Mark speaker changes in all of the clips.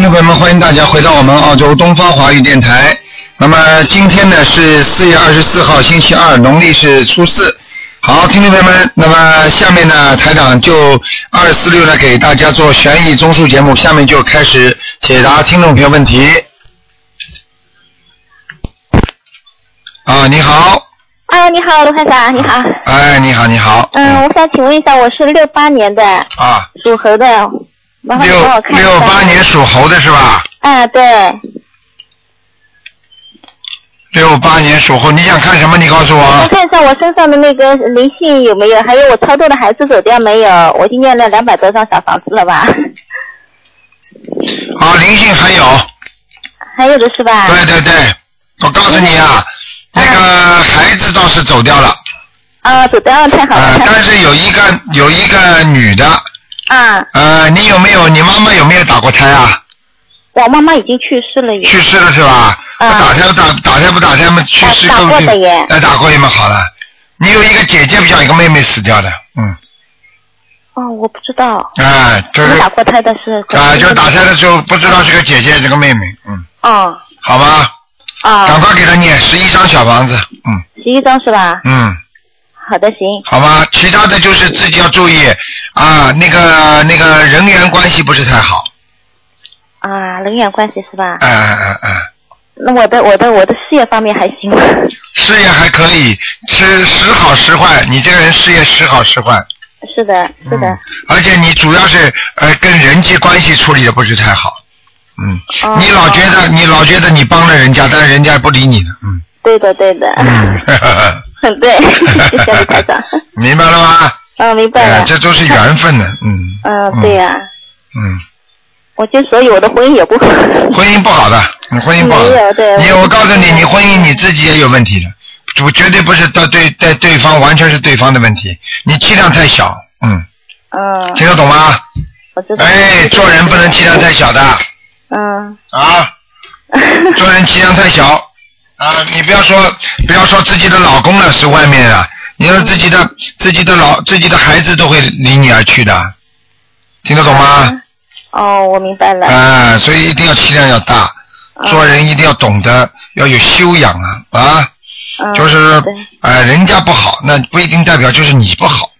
Speaker 1: 那么欢迎大家回到我们澳洲东方华语电台。那么今天呢是四月二十四号，星期二，农历是初四。好，听众朋友们，那么下面呢，台长就二四六呢给大家做悬疑综述节目，下面就开始解答听众朋友问题。啊，你好，
Speaker 2: 啊，你好，卢台长，你好。
Speaker 1: 哎，你好，你好，
Speaker 2: 嗯，我想请问一下，我是六八年的
Speaker 1: 啊，
Speaker 2: 属猴的，麻烦你帮
Speaker 1: 六
Speaker 2: 我看一下。
Speaker 1: 六八年。属猴的是吧？
Speaker 2: 啊，对，
Speaker 1: 六八年属猴，你想看什么？你告诉我。
Speaker 2: 我看一下我身上的那个灵性有没有，还有我超度的孩子走掉没有？我已经念了两百多张小房子了 吧？
Speaker 1: 啊，哦灵性还有，
Speaker 2: 还有的是吧？
Speaker 1: 对对对，我告诉你啊，那个孩子倒是走掉了，
Speaker 2: 嗯啊，走掉了，太好
Speaker 1: 呃
Speaker 2: 了，，太好
Speaker 1: 但
Speaker 2: 了。
Speaker 1: 是有一个有一个女的，
Speaker 2: 啊，
Speaker 1: 呃，你有没有你妈妈有没有打过胎啊？
Speaker 2: 我妈妈已经去世了也。
Speaker 1: 去世了是吧？
Speaker 2: 嗯
Speaker 1: 不打胎不打打胎不打胎嘛，去世
Speaker 2: 打
Speaker 1: 更
Speaker 2: 过的耶
Speaker 1: 哎，打过也嘛好了。你有一个姐姐，比较一个妹妹死掉的，嗯，
Speaker 2: 哦，我不知道，
Speaker 1: 哎、就
Speaker 2: 我
Speaker 1: 是
Speaker 2: 打
Speaker 1: 啊、
Speaker 2: 过胎的是。
Speaker 1: 就打胎的时候不知道是个姐姐是个妹妹，嗯，
Speaker 2: 哦。
Speaker 1: 好吧，赶
Speaker 2: 啊，
Speaker 1: 快给她念十一张小房子，嗯
Speaker 2: 十一张是吧？
Speaker 1: 嗯。
Speaker 2: 好的，行。
Speaker 1: 好吧，其他的就是自己要注意啊，那个那个人缘关系不是太好，
Speaker 2: 啊，人缘关系是吧？
Speaker 1: 哎哎哎哎，
Speaker 2: 那我的我的我的事业方面还行吗？
Speaker 1: 事业还可以，是时好时坏，你这个人事业时好时坏，
Speaker 2: 是的，是的。
Speaker 1: 嗯，而且你主要是呃跟人际关系处理的不是太好，嗯，
Speaker 2: 哦
Speaker 1: 你老觉得你老觉得你帮了人家，但人家不理你的，嗯
Speaker 2: 对的，对的，
Speaker 1: 嗯， 呵呵呵
Speaker 2: 很对，谢谢李台 长。
Speaker 1: 明白了吗？
Speaker 2: 嗯，明白
Speaker 1: 哎，
Speaker 2: 了。
Speaker 1: 这都 是缘分的，嗯，
Speaker 2: 嗯，对呀、
Speaker 1: 嗯。
Speaker 2: 我就所以我的婚姻也不好。
Speaker 1: 婚姻不好的，你婚姻不好的
Speaker 2: 没有对
Speaker 1: 你我
Speaker 2: 我
Speaker 1: 告诉你，你婚姻你自己也有问题的，主绝对不是到对在对方，完全是对方的问题，你气量太小，嗯，
Speaker 3: 呃
Speaker 2: 嗯，
Speaker 1: 听得懂吗？
Speaker 2: 我知道。
Speaker 1: 哎，做人不能气量太小的
Speaker 3: 呃
Speaker 2: 嗯。
Speaker 1: 啊，做人气量太小啊，你不要说不要说自己的老公了是外面的，你说自己的
Speaker 2: 嗯
Speaker 1: 自己的老自己的孩子都会离你而去的，听得懂吗？
Speaker 2: 哦，我明白了。
Speaker 1: 啊，所以一定要气量要大。
Speaker 2: 嗯
Speaker 1: 做人一定要懂得要有修养啊啊！
Speaker 2: 嗯
Speaker 1: 就是
Speaker 2: 对
Speaker 1: 呃，人家不好，那不一定代表就是你不好，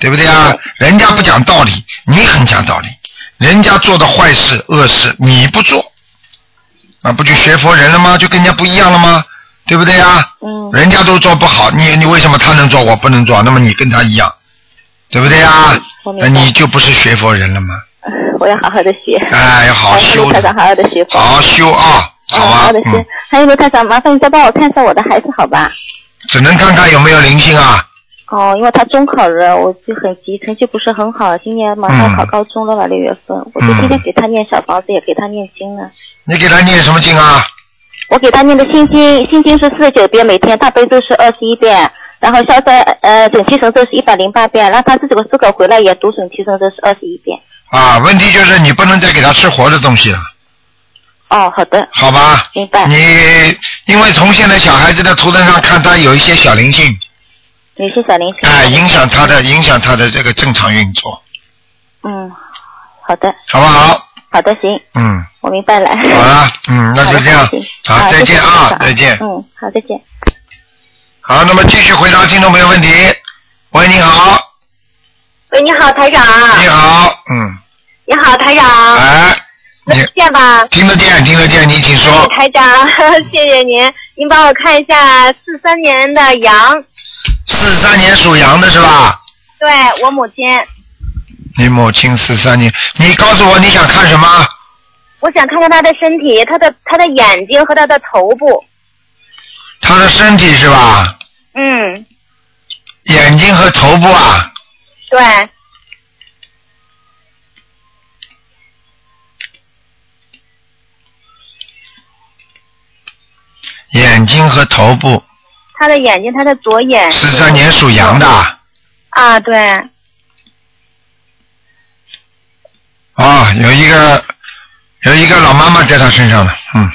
Speaker 1: 对不对啊？人家不讲道理，你很讲道理；人家做的坏事、恶事，你不做，啊，不就学佛人了吗？就跟人家不一样了吗？对不对啊？
Speaker 2: 嗯
Speaker 1: 人家都做不好，你你为什么他能做我不能做？那么你跟他一样，对不对啊？
Speaker 2: 嗯我明
Speaker 1: 那
Speaker 2: 白
Speaker 1: 你就不是学佛人了吗？
Speaker 4: 嗯
Speaker 2: 我要好好的学。
Speaker 1: 哎，要好好
Speaker 2: 还是
Speaker 1: 修
Speaker 2: 卢台长，
Speaker 1: 的，
Speaker 2: 好好的学佛。
Speaker 1: 好好修啊，
Speaker 2: 嗯，
Speaker 1: 好吧？
Speaker 2: 好的学。
Speaker 1: 嗯。
Speaker 2: 还有卢台长，麻烦你再帮我看一下我的孩子，好吧？
Speaker 1: 只能看看有没有灵性啊。
Speaker 2: 哦，因为他中考了，我就很急，成绩不是很好，今年马
Speaker 1: 嗯
Speaker 2: 上考高中了吧，六、月份，我就天天给他念小房子，也给他念经了。
Speaker 1: 你给他念什么经啊？
Speaker 2: 我给他念的心经，心经是四十九遍每天，大悲咒是二十一遍，然后消灾呃准提神咒是一百零八遍，让他自己个自个回来也读准提神咒是二十一遍。
Speaker 1: 啊，问题就是你不能再给他吃活的东西了，
Speaker 2: 哦，好的，
Speaker 1: 好吧？
Speaker 2: 明白。
Speaker 1: 你因为从现在小孩子的图腾上看，他有一些小灵性，
Speaker 2: 女性小灵性。
Speaker 1: 哎、影响他的影响他的这个正常运作，
Speaker 2: 嗯，好的，
Speaker 1: 好不好？
Speaker 2: 好的，行，
Speaker 1: 嗯，
Speaker 2: 我明白了。
Speaker 1: 好了，嗯，那
Speaker 2: 好
Speaker 1: 就
Speaker 2: 的
Speaker 1: 这样
Speaker 2: 行，
Speaker 1: 好，再
Speaker 2: 谢谢
Speaker 1: 见
Speaker 2: 台
Speaker 1: 啊，
Speaker 2: 长
Speaker 1: 再见。
Speaker 2: 嗯，好，再见。
Speaker 1: 好，那么继续回答听众朋友问题。喂，你好，
Speaker 5: 喂，你好，台长。
Speaker 1: 你好，嗯，
Speaker 5: 你好，台长。
Speaker 1: 哎，你
Speaker 5: 见吧，
Speaker 1: 听得见，听得见，你请说。
Speaker 5: 台长， 谢谢您。您帮我看一下四三年的羊，
Speaker 1: 四三年属羊的是吧？
Speaker 5: 对我母亲，
Speaker 1: 你母亲四三年，你告诉我你想看什么？
Speaker 5: 我想看看她的身体，她的她的眼睛和她的头部。
Speaker 1: 她的身体是吧？
Speaker 5: 嗯，
Speaker 1: 眼睛和头部啊，
Speaker 5: 对，
Speaker 1: 眼睛和头部。
Speaker 5: 她的眼睛，她的左眼。
Speaker 1: 四三年属羊的啊、
Speaker 5: 啊，对，
Speaker 1: 啊有一个有一个老妈妈在她身上了，嗯，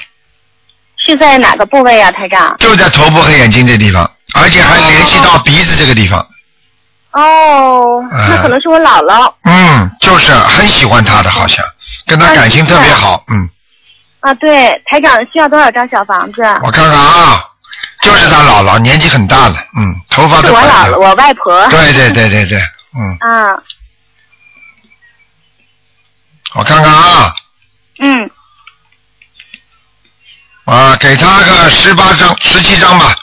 Speaker 5: 是在哪个部位啊，台长？
Speaker 1: 就在头部和眼睛这地方，而且还联系到鼻子这个地方。
Speaker 5: 哦，那可能是我姥姥。
Speaker 1: 嗯，就是很喜欢她的，好像跟她感情特别好，嗯，
Speaker 2: 啊，对，台长需要多少张小房子？
Speaker 1: 我看看啊，就是他姥姥，年纪很大了，嗯，头发
Speaker 2: 是
Speaker 1: 都
Speaker 2: 我
Speaker 1: 白
Speaker 2: 姥
Speaker 1: 了
Speaker 2: 姥，我外婆。
Speaker 1: 对对对对对，嗯，
Speaker 2: 啊，
Speaker 1: 我看看啊，
Speaker 2: 嗯，
Speaker 1: 啊，给他个十八张、十七张吧，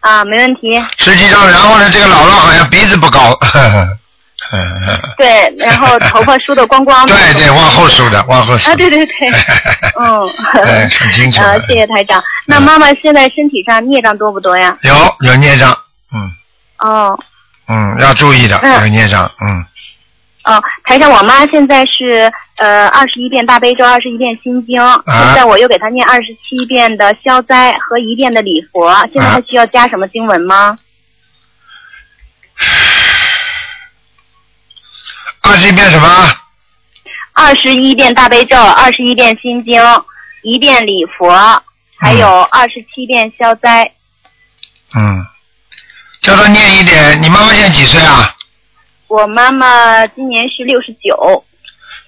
Speaker 2: 啊，没问题。
Speaker 1: 十七张。然后呢，这个姥姥好像鼻子不高， 呵呵呵呵
Speaker 2: 对，然后头发梳的光光 的。
Speaker 1: 对对，往后梳的，往后梳。。
Speaker 2: 啊，对对对，嗯
Speaker 1: 哎，很清 楚。
Speaker 2: 啊，谢谢台
Speaker 1: 嗯
Speaker 2: 长。那妈妈现在身体上孽障多不多呀？
Speaker 1: 有有孽障，嗯
Speaker 2: 哦
Speaker 1: 嗯，要注意的，
Speaker 2: 嗯
Speaker 1: 有孽障，嗯，
Speaker 2: 哦，台长，我妈现在是呃二十一遍大悲咒，二十一遍心经，
Speaker 1: 啊
Speaker 2: 现在我又给她念二十七遍的消灾和一遍的礼佛。现在
Speaker 1: 啊
Speaker 2: 还需要加什么经文吗？
Speaker 1: 二十一遍什么？
Speaker 2: 二十一遍大悲咒，二十一遍心经，一遍礼佛，还有二十七遍消灾。
Speaker 1: 嗯，叫他念一点。你妈妈现在几岁啊？
Speaker 2: 我妈妈今年是六十九，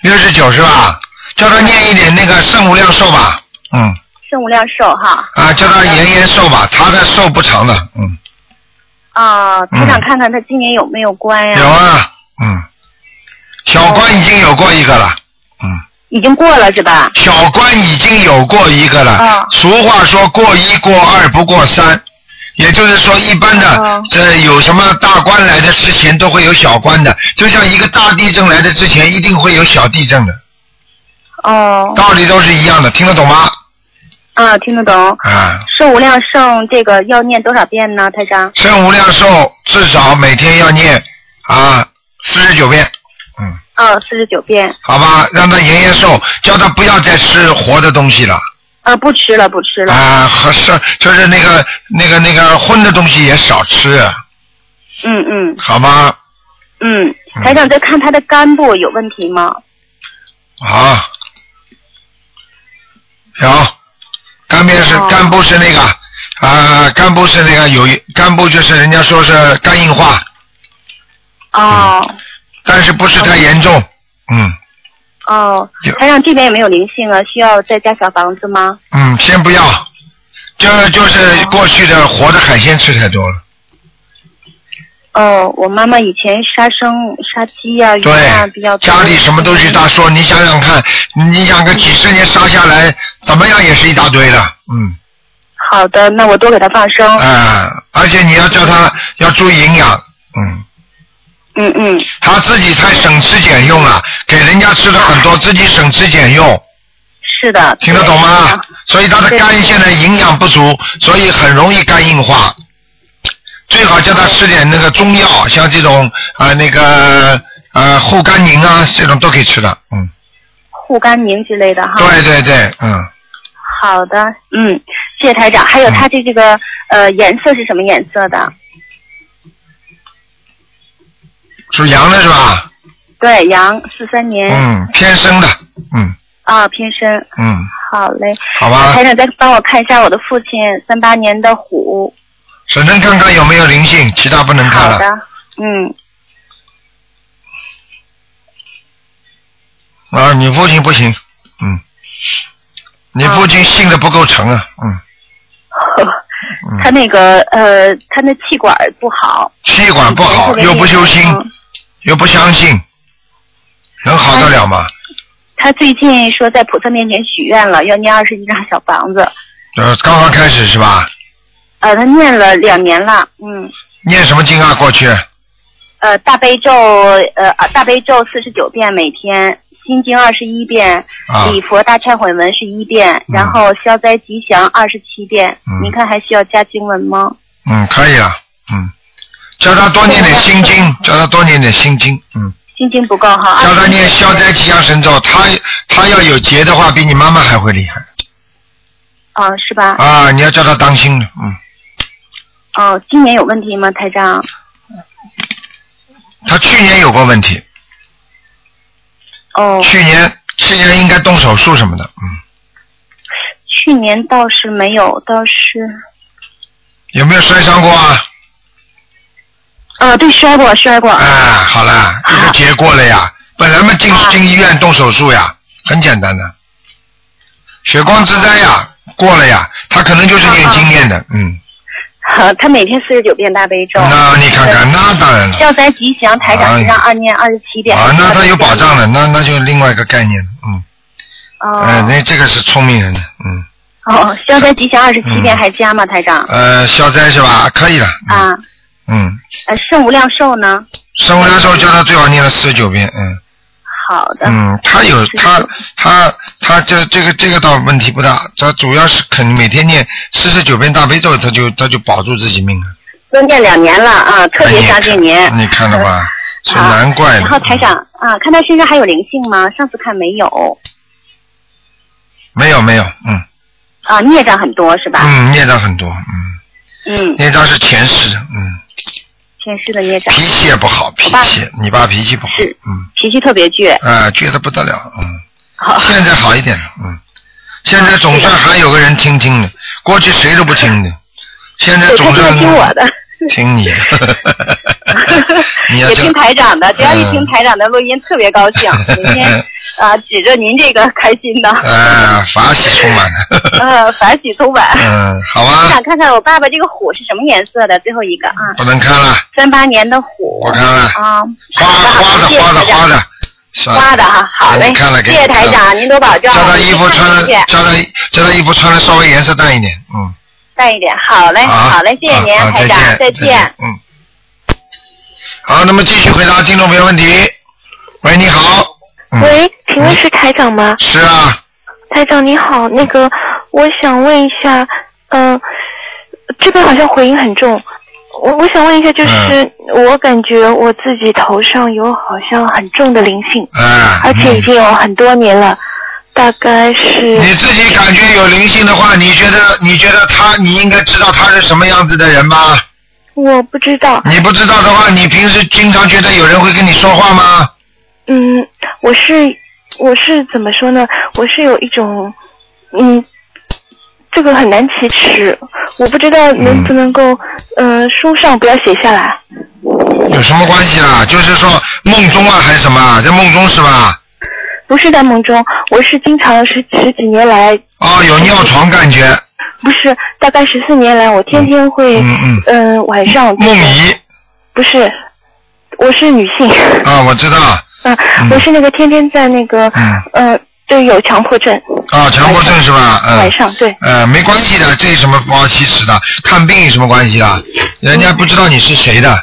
Speaker 1: 六十九是吧？叫他念一点那个圣无量寿吧，嗯
Speaker 2: 圣无量寿哈。
Speaker 1: 啊，叫他
Speaker 2: 嗯
Speaker 1: 延延寿吧，他的寿不长的，嗯，
Speaker 2: 啊，台
Speaker 1: 嗯
Speaker 2: 长看看她今年有没有关呀？
Speaker 1: 有啊，嗯，小关已经有过一个了，嗯，
Speaker 2: 已经过了是吧？
Speaker 1: 小关已经有过一个了。
Speaker 2: 嗯
Speaker 1: 俗话说过一过二不过三，也就是说一般的、
Speaker 2: 哦
Speaker 1: 这有什么大关来的之前都会有小关的，就像一个大地震来的之前一定会有小地震的，
Speaker 2: 哦，
Speaker 1: 道理都是一样的，听得懂吗？
Speaker 2: 啊，听得懂。
Speaker 1: 啊，
Speaker 2: 圣无量寿这个要念多少遍呢，台长？
Speaker 1: 圣无量寿至少每天要念啊四十九遍，嗯，
Speaker 2: 啊，四十九遍。
Speaker 1: 好吧，让他延延寿，叫他不要再吃活的东西了。
Speaker 2: 啊，不吃了，不吃了。
Speaker 1: 啊，和是就是那个那个那个荤的东西也少吃，
Speaker 2: 嗯嗯
Speaker 1: 好吗？
Speaker 2: 嗯
Speaker 1: 嗯，
Speaker 2: 台长在看他的肝部有问题吗？
Speaker 1: 啊，有，肝病是、
Speaker 2: 哦
Speaker 1: 肝部是那个啊、肝部是那个有一肝部就是人家说是肝硬化，
Speaker 2: 哦
Speaker 1: 但是不是太严重，嗯
Speaker 2: 哦
Speaker 1: 有，
Speaker 2: 台长这边有没有灵性啊？需要再加小房子吗？
Speaker 1: 嗯，先不要，就就是过去的活的海鲜吃太多了，
Speaker 2: 哦，我妈妈以前杀生、杀鸡呀、鱼啊比较
Speaker 1: 对，
Speaker 2: 多。
Speaker 1: 家里什么东西大说，你想想看，你想看几十年杀下来，怎么样也是一大堆的，嗯。
Speaker 2: 好的，那我多给他放生。
Speaker 1: 啊、而且你要叫他要注意营养，嗯，
Speaker 2: 嗯嗯，
Speaker 1: 他自己太省吃俭用了，给人家吃的很多，自己省吃俭用，
Speaker 2: 是的。
Speaker 1: 听得懂吗？所以他的
Speaker 2: 啊对
Speaker 1: 肝现在营养不足，所以很容易肝硬化。最好叫他吃点那个中药，像这种啊、那个呃护肝宁啊这种都可以吃的，嗯，
Speaker 2: 护肝宁之类的哈。
Speaker 1: 对对对，嗯，
Speaker 2: 好的，嗯，谢谢台长。还有它的这个、呃颜色是什么颜色的？
Speaker 1: 属羊的是吧？
Speaker 2: 对，羊四三年
Speaker 1: 嗯，偏生的，嗯
Speaker 2: 啊，偏深。
Speaker 1: 嗯，
Speaker 2: 好嘞，
Speaker 1: 好吧
Speaker 2: 台，长再帮我看一下我的父亲，三八年的虎。
Speaker 1: 只能看看有没有灵性，其他不能看
Speaker 2: 好
Speaker 1: 了。
Speaker 2: 的，嗯，
Speaker 1: 啊，你父亲不行，嗯，你父亲信的不够诚啊，嗯
Speaker 2: 他那个呃，他那气管不好，
Speaker 1: 气管不好，又不修心，
Speaker 2: 嗯
Speaker 1: 又不相信，能好得了吗？
Speaker 2: 他最近说在菩萨面前许愿了，要念二十一张小房子。
Speaker 1: 呃，刚刚开始是吧？
Speaker 2: 呃，他念了两年了，嗯，
Speaker 1: 念什么经啊？过去
Speaker 2: 呃，大悲咒，呃，大悲咒四十九遍每天，心经二十一遍，
Speaker 1: 啊，
Speaker 2: 礼佛大忏悔文是一遍，
Speaker 1: 嗯
Speaker 2: 然后消灾吉祥二十七遍。
Speaker 1: 嗯
Speaker 2: 您看还需要加经文吗？
Speaker 1: 嗯，可以了，嗯，叫他多念点心经，叫他多念点心经，嗯，
Speaker 2: 心经不够哈。
Speaker 1: 叫他
Speaker 2: 21
Speaker 1: 念消灾吉祥神咒，他他要有劫的话，比你妈妈还会厉害
Speaker 2: 啊、是吧？
Speaker 1: 啊！你要叫他当心的，嗯，
Speaker 2: 哦、今年有问题吗，台长？
Speaker 1: 他去年有过问题，
Speaker 2: 哦，
Speaker 1: 去年去年应该动手术什么的，嗯。
Speaker 2: 去年倒是没有，倒是，
Speaker 1: 有没有摔伤过啊？
Speaker 2: 呃，对，摔过，摔过。
Speaker 1: 哎，好了，一个结过了呀。本来嘛，进
Speaker 2: 啊
Speaker 1: 进医院动手术呀，很简单的。血光之灾呀，过了呀，他可能就是念经
Speaker 2: 啊
Speaker 1: 念的，嗯。
Speaker 2: 好，他每天四十九遍大悲咒。
Speaker 1: 那你看看，那当然了。
Speaker 2: 消灾吉祥，台长是让二念二十七遍。
Speaker 1: 啊，那他有保障了，那那就另外一个概念了，嗯。
Speaker 2: 哦。
Speaker 1: 哎、那这个是聪明人的，嗯。
Speaker 2: 哦，消灾吉祥二十七遍还加吗，台长？
Speaker 1: 呃，消灾是吧？可以了，
Speaker 2: 啊，
Speaker 1: 嗯。
Speaker 2: 呃，圣无量寿呢？
Speaker 1: 生无量寿叫他最好念了四十九遍，嗯。
Speaker 2: 好的。
Speaker 1: 嗯，他有他他他这这个这个倒问题不大，他主要是肯每天念四十九遍大悲咒，他就他就保住自己命了。
Speaker 2: 都念两年了啊，特别相信您。啊
Speaker 1: 你看了 吧？所以难怪
Speaker 2: 然后
Speaker 1: 了，
Speaker 2: 台长啊，看他身上还有灵性吗？上次看没有
Speaker 1: 没有没有，嗯
Speaker 2: 啊，孽障很多是吧？
Speaker 1: 嗯，孽障很多，嗯，
Speaker 2: 嗯，
Speaker 1: 孽障是前世的，嗯，
Speaker 2: 前世的孽障，
Speaker 1: 脾气也不好，脾
Speaker 2: 爸
Speaker 1: 气，你爸脾气不好，
Speaker 2: 是
Speaker 1: 嗯，
Speaker 2: 脾气特别倔。
Speaker 1: 啊，倔得不得了，嗯。
Speaker 2: 好，
Speaker 1: 现在好一点了，嗯，现在总算还有个人听听的，过去谁都不听的，现在
Speaker 2: 对他
Speaker 1: 总
Speaker 2: 就
Speaker 1: 算
Speaker 2: 是听我的，
Speaker 1: 听你的，哎你 要嗯
Speaker 2: 也
Speaker 1: 这
Speaker 2: 听台长的，只要一听台长的录音，特别高 兴。每天啊，指着您这个开心的，
Speaker 1: 啊，法喜充满了，
Speaker 2: 呃，反喜充满。
Speaker 1: 嗯，好
Speaker 2: 我
Speaker 1: 吧
Speaker 2: 想，看看我爸爸这个虎是什么颜色的，最后一个啊，
Speaker 1: 不能看了，
Speaker 2: 三八年的虎。
Speaker 1: 我看了，
Speaker 2: 啊，
Speaker 1: 花花的
Speaker 2: 好的
Speaker 1: 花
Speaker 2: 好
Speaker 1: 的
Speaker 2: 的谢谢台长
Speaker 1: 花的，算
Speaker 2: 花
Speaker 1: 了，
Speaker 2: 的哈，好嘞
Speaker 1: 嗯，看了
Speaker 2: 谢
Speaker 1: 给你
Speaker 2: 谢台
Speaker 1: 看
Speaker 2: 长，您多保
Speaker 1: 叫
Speaker 2: 重。
Speaker 1: 他衣服穿的
Speaker 2: 谢谢，
Speaker 1: 叫他叫他衣服穿的稍微颜色淡一点，嗯。
Speaker 2: 淡一点，好嘞，
Speaker 1: 好，
Speaker 2: 哎好嘞，谢谢您，
Speaker 1: 啊啊
Speaker 2: 台长，
Speaker 1: 再
Speaker 2: 见。。
Speaker 1: 嗯。好，那么继续回答听众朋友问题。喂，你好。嗯、。
Speaker 4: 喂，请问是台长吗？
Speaker 1: 是啊，
Speaker 4: 台长你好，那个我想问一下，嗯、这边好像回音很重，我我想问一下，
Speaker 1: 嗯
Speaker 4: 就是、我感觉我自己头上有好像很重的灵性，
Speaker 1: 哎。
Speaker 4: 而且已经有很多年了，大概是
Speaker 1: 嗯。你自己感觉有灵性的话，你觉得你觉得他，你应该知道他是什么样子的人吧？
Speaker 4: 我不知道，
Speaker 1: 你不知道的话，你平时经常觉得有人会跟你说话吗？
Speaker 4: 嗯，我是我是怎么说呢？我是有一种，嗯，这个很难启齿，我不知道能不能够，嗯、书上不要写下来。
Speaker 1: 有什么关系啦？就是说梦中啊，还是什么啊？在梦中是吧？
Speaker 4: 不是在梦中，我是经常十十几年来，
Speaker 1: 哦，有尿床感觉，
Speaker 4: 不是大概十四年来，我天天会，
Speaker 1: 嗯嗯
Speaker 4: 呃晚上
Speaker 1: 梦遗
Speaker 4: 不是，我是女性，
Speaker 1: 啊，我知道
Speaker 4: 嗯、我是那个天天在那个，
Speaker 1: 嗯
Speaker 4: 呃，对，有强迫症，
Speaker 1: 啊，强迫症是吧？嗯。
Speaker 4: 晚上对，
Speaker 1: 呃，没关系的，这有什么不好启齿的？看病有什么关系啊？人家不知道你是谁的，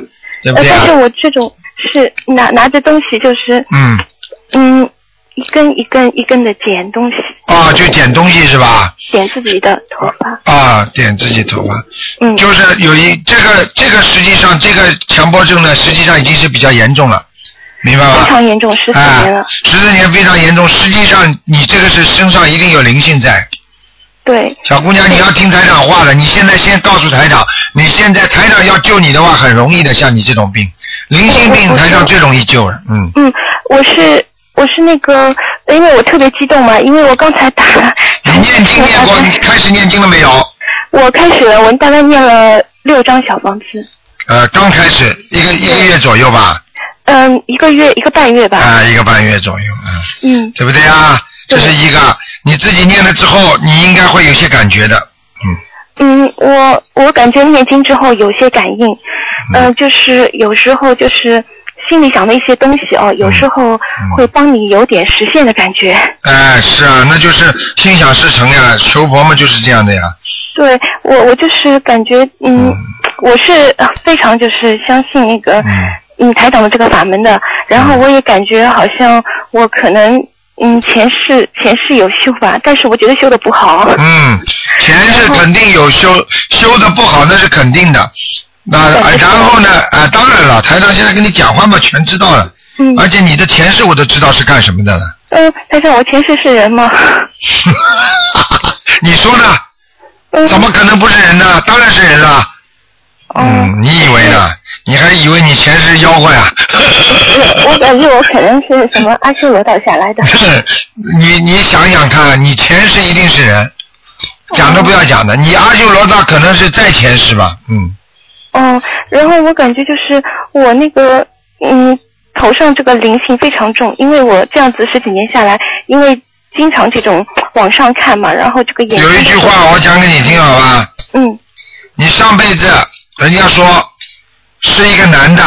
Speaker 1: 对不
Speaker 4: 呃，
Speaker 1: 对
Speaker 4: 但
Speaker 1: 啊
Speaker 4: 是？我这种是拿拿着东西就是，
Speaker 1: 嗯，
Speaker 4: 嗯，一根一根一根的剪东西，
Speaker 1: 啊，就捡东西是吧？
Speaker 4: 剪自己的头发，
Speaker 1: 啊，点自己头发，
Speaker 4: 嗯，
Speaker 1: 就是有一这个这个实际上这个强迫症呢，实际上已经是比较严重了，明白
Speaker 4: 非
Speaker 1: 吧？
Speaker 4: 常严重，十四
Speaker 1: 啊
Speaker 4: 年了，，
Speaker 1: 十四年非常严重，实际上你这个是身上一定有灵性在。
Speaker 4: 对，
Speaker 1: 小姑娘，你要听台长话了。你现在先告诉台长，你现在台长要救你的话很容易的，像你这种病，灵性病
Speaker 4: 我我
Speaker 1: 台长最容易救了。嗯，
Speaker 4: 嗯，我是我是那个，因为我特别激动嘛，因为我刚才打，
Speaker 1: 你念经念过，你开始念经了没有？
Speaker 4: 我开始了，我大概念了六张小房子，
Speaker 1: 呃，刚开始一个一个月左右吧，
Speaker 4: 嗯，一个月一个半月吧，
Speaker 1: 啊、一个半月左右，嗯，
Speaker 4: 嗯，
Speaker 1: 对不对啊？这
Speaker 4: 对
Speaker 1: 是一个，你自己念了之后，你应该会有些感觉的，
Speaker 4: 嗯，我我感觉念经之后有些感应，嗯、就是有时候就是心里想的一些东西哦，有时候会帮你有点实现的感觉。
Speaker 1: 哎、是啊，那就是心想事成呀，求佛嘛就是这样的呀，
Speaker 4: 对我，我就是感觉，嗯，
Speaker 1: 嗯
Speaker 4: 我是呃非常就是相信那个，
Speaker 1: 嗯
Speaker 4: 嗯，台长的这个法门的。然后我也感觉好像我可能，嗯，前世前世有修吧，但是我觉得修的不好。
Speaker 1: 嗯，前世肯定有修，修的不好那是肯定的。那
Speaker 4: 嗯对
Speaker 1: 呃然后呢？啊，当然了，台长现在跟你讲话嘛，全知道了，
Speaker 4: 嗯，
Speaker 1: 而且你的前世我都知道是干什么的了。
Speaker 4: 嗯，台长，我前世是人吗？
Speaker 1: 你说呢？
Speaker 4: 嗯，
Speaker 1: 怎么可能不是人呢？当然是人了。
Speaker 4: 嗯，
Speaker 1: 嗯，你以为呢？你还以为你前世是妖怪啊？
Speaker 4: 我感觉我可能是什么阿修罗道 下来的。
Speaker 1: 你你想想看，你前世一定是人，讲都不要
Speaker 4: 哦
Speaker 1: 讲的。你阿修罗道可能是在前世吧？嗯，
Speaker 4: 嗯，然后我感觉就是我那个嗯头上这个灵性非常重，因为我这样子十几年下来，因为经常这种往上看嘛，然后这个眼睛
Speaker 1: 有一句话我讲给你听，好吧？
Speaker 4: 嗯
Speaker 1: 你上辈子人家说是一个男的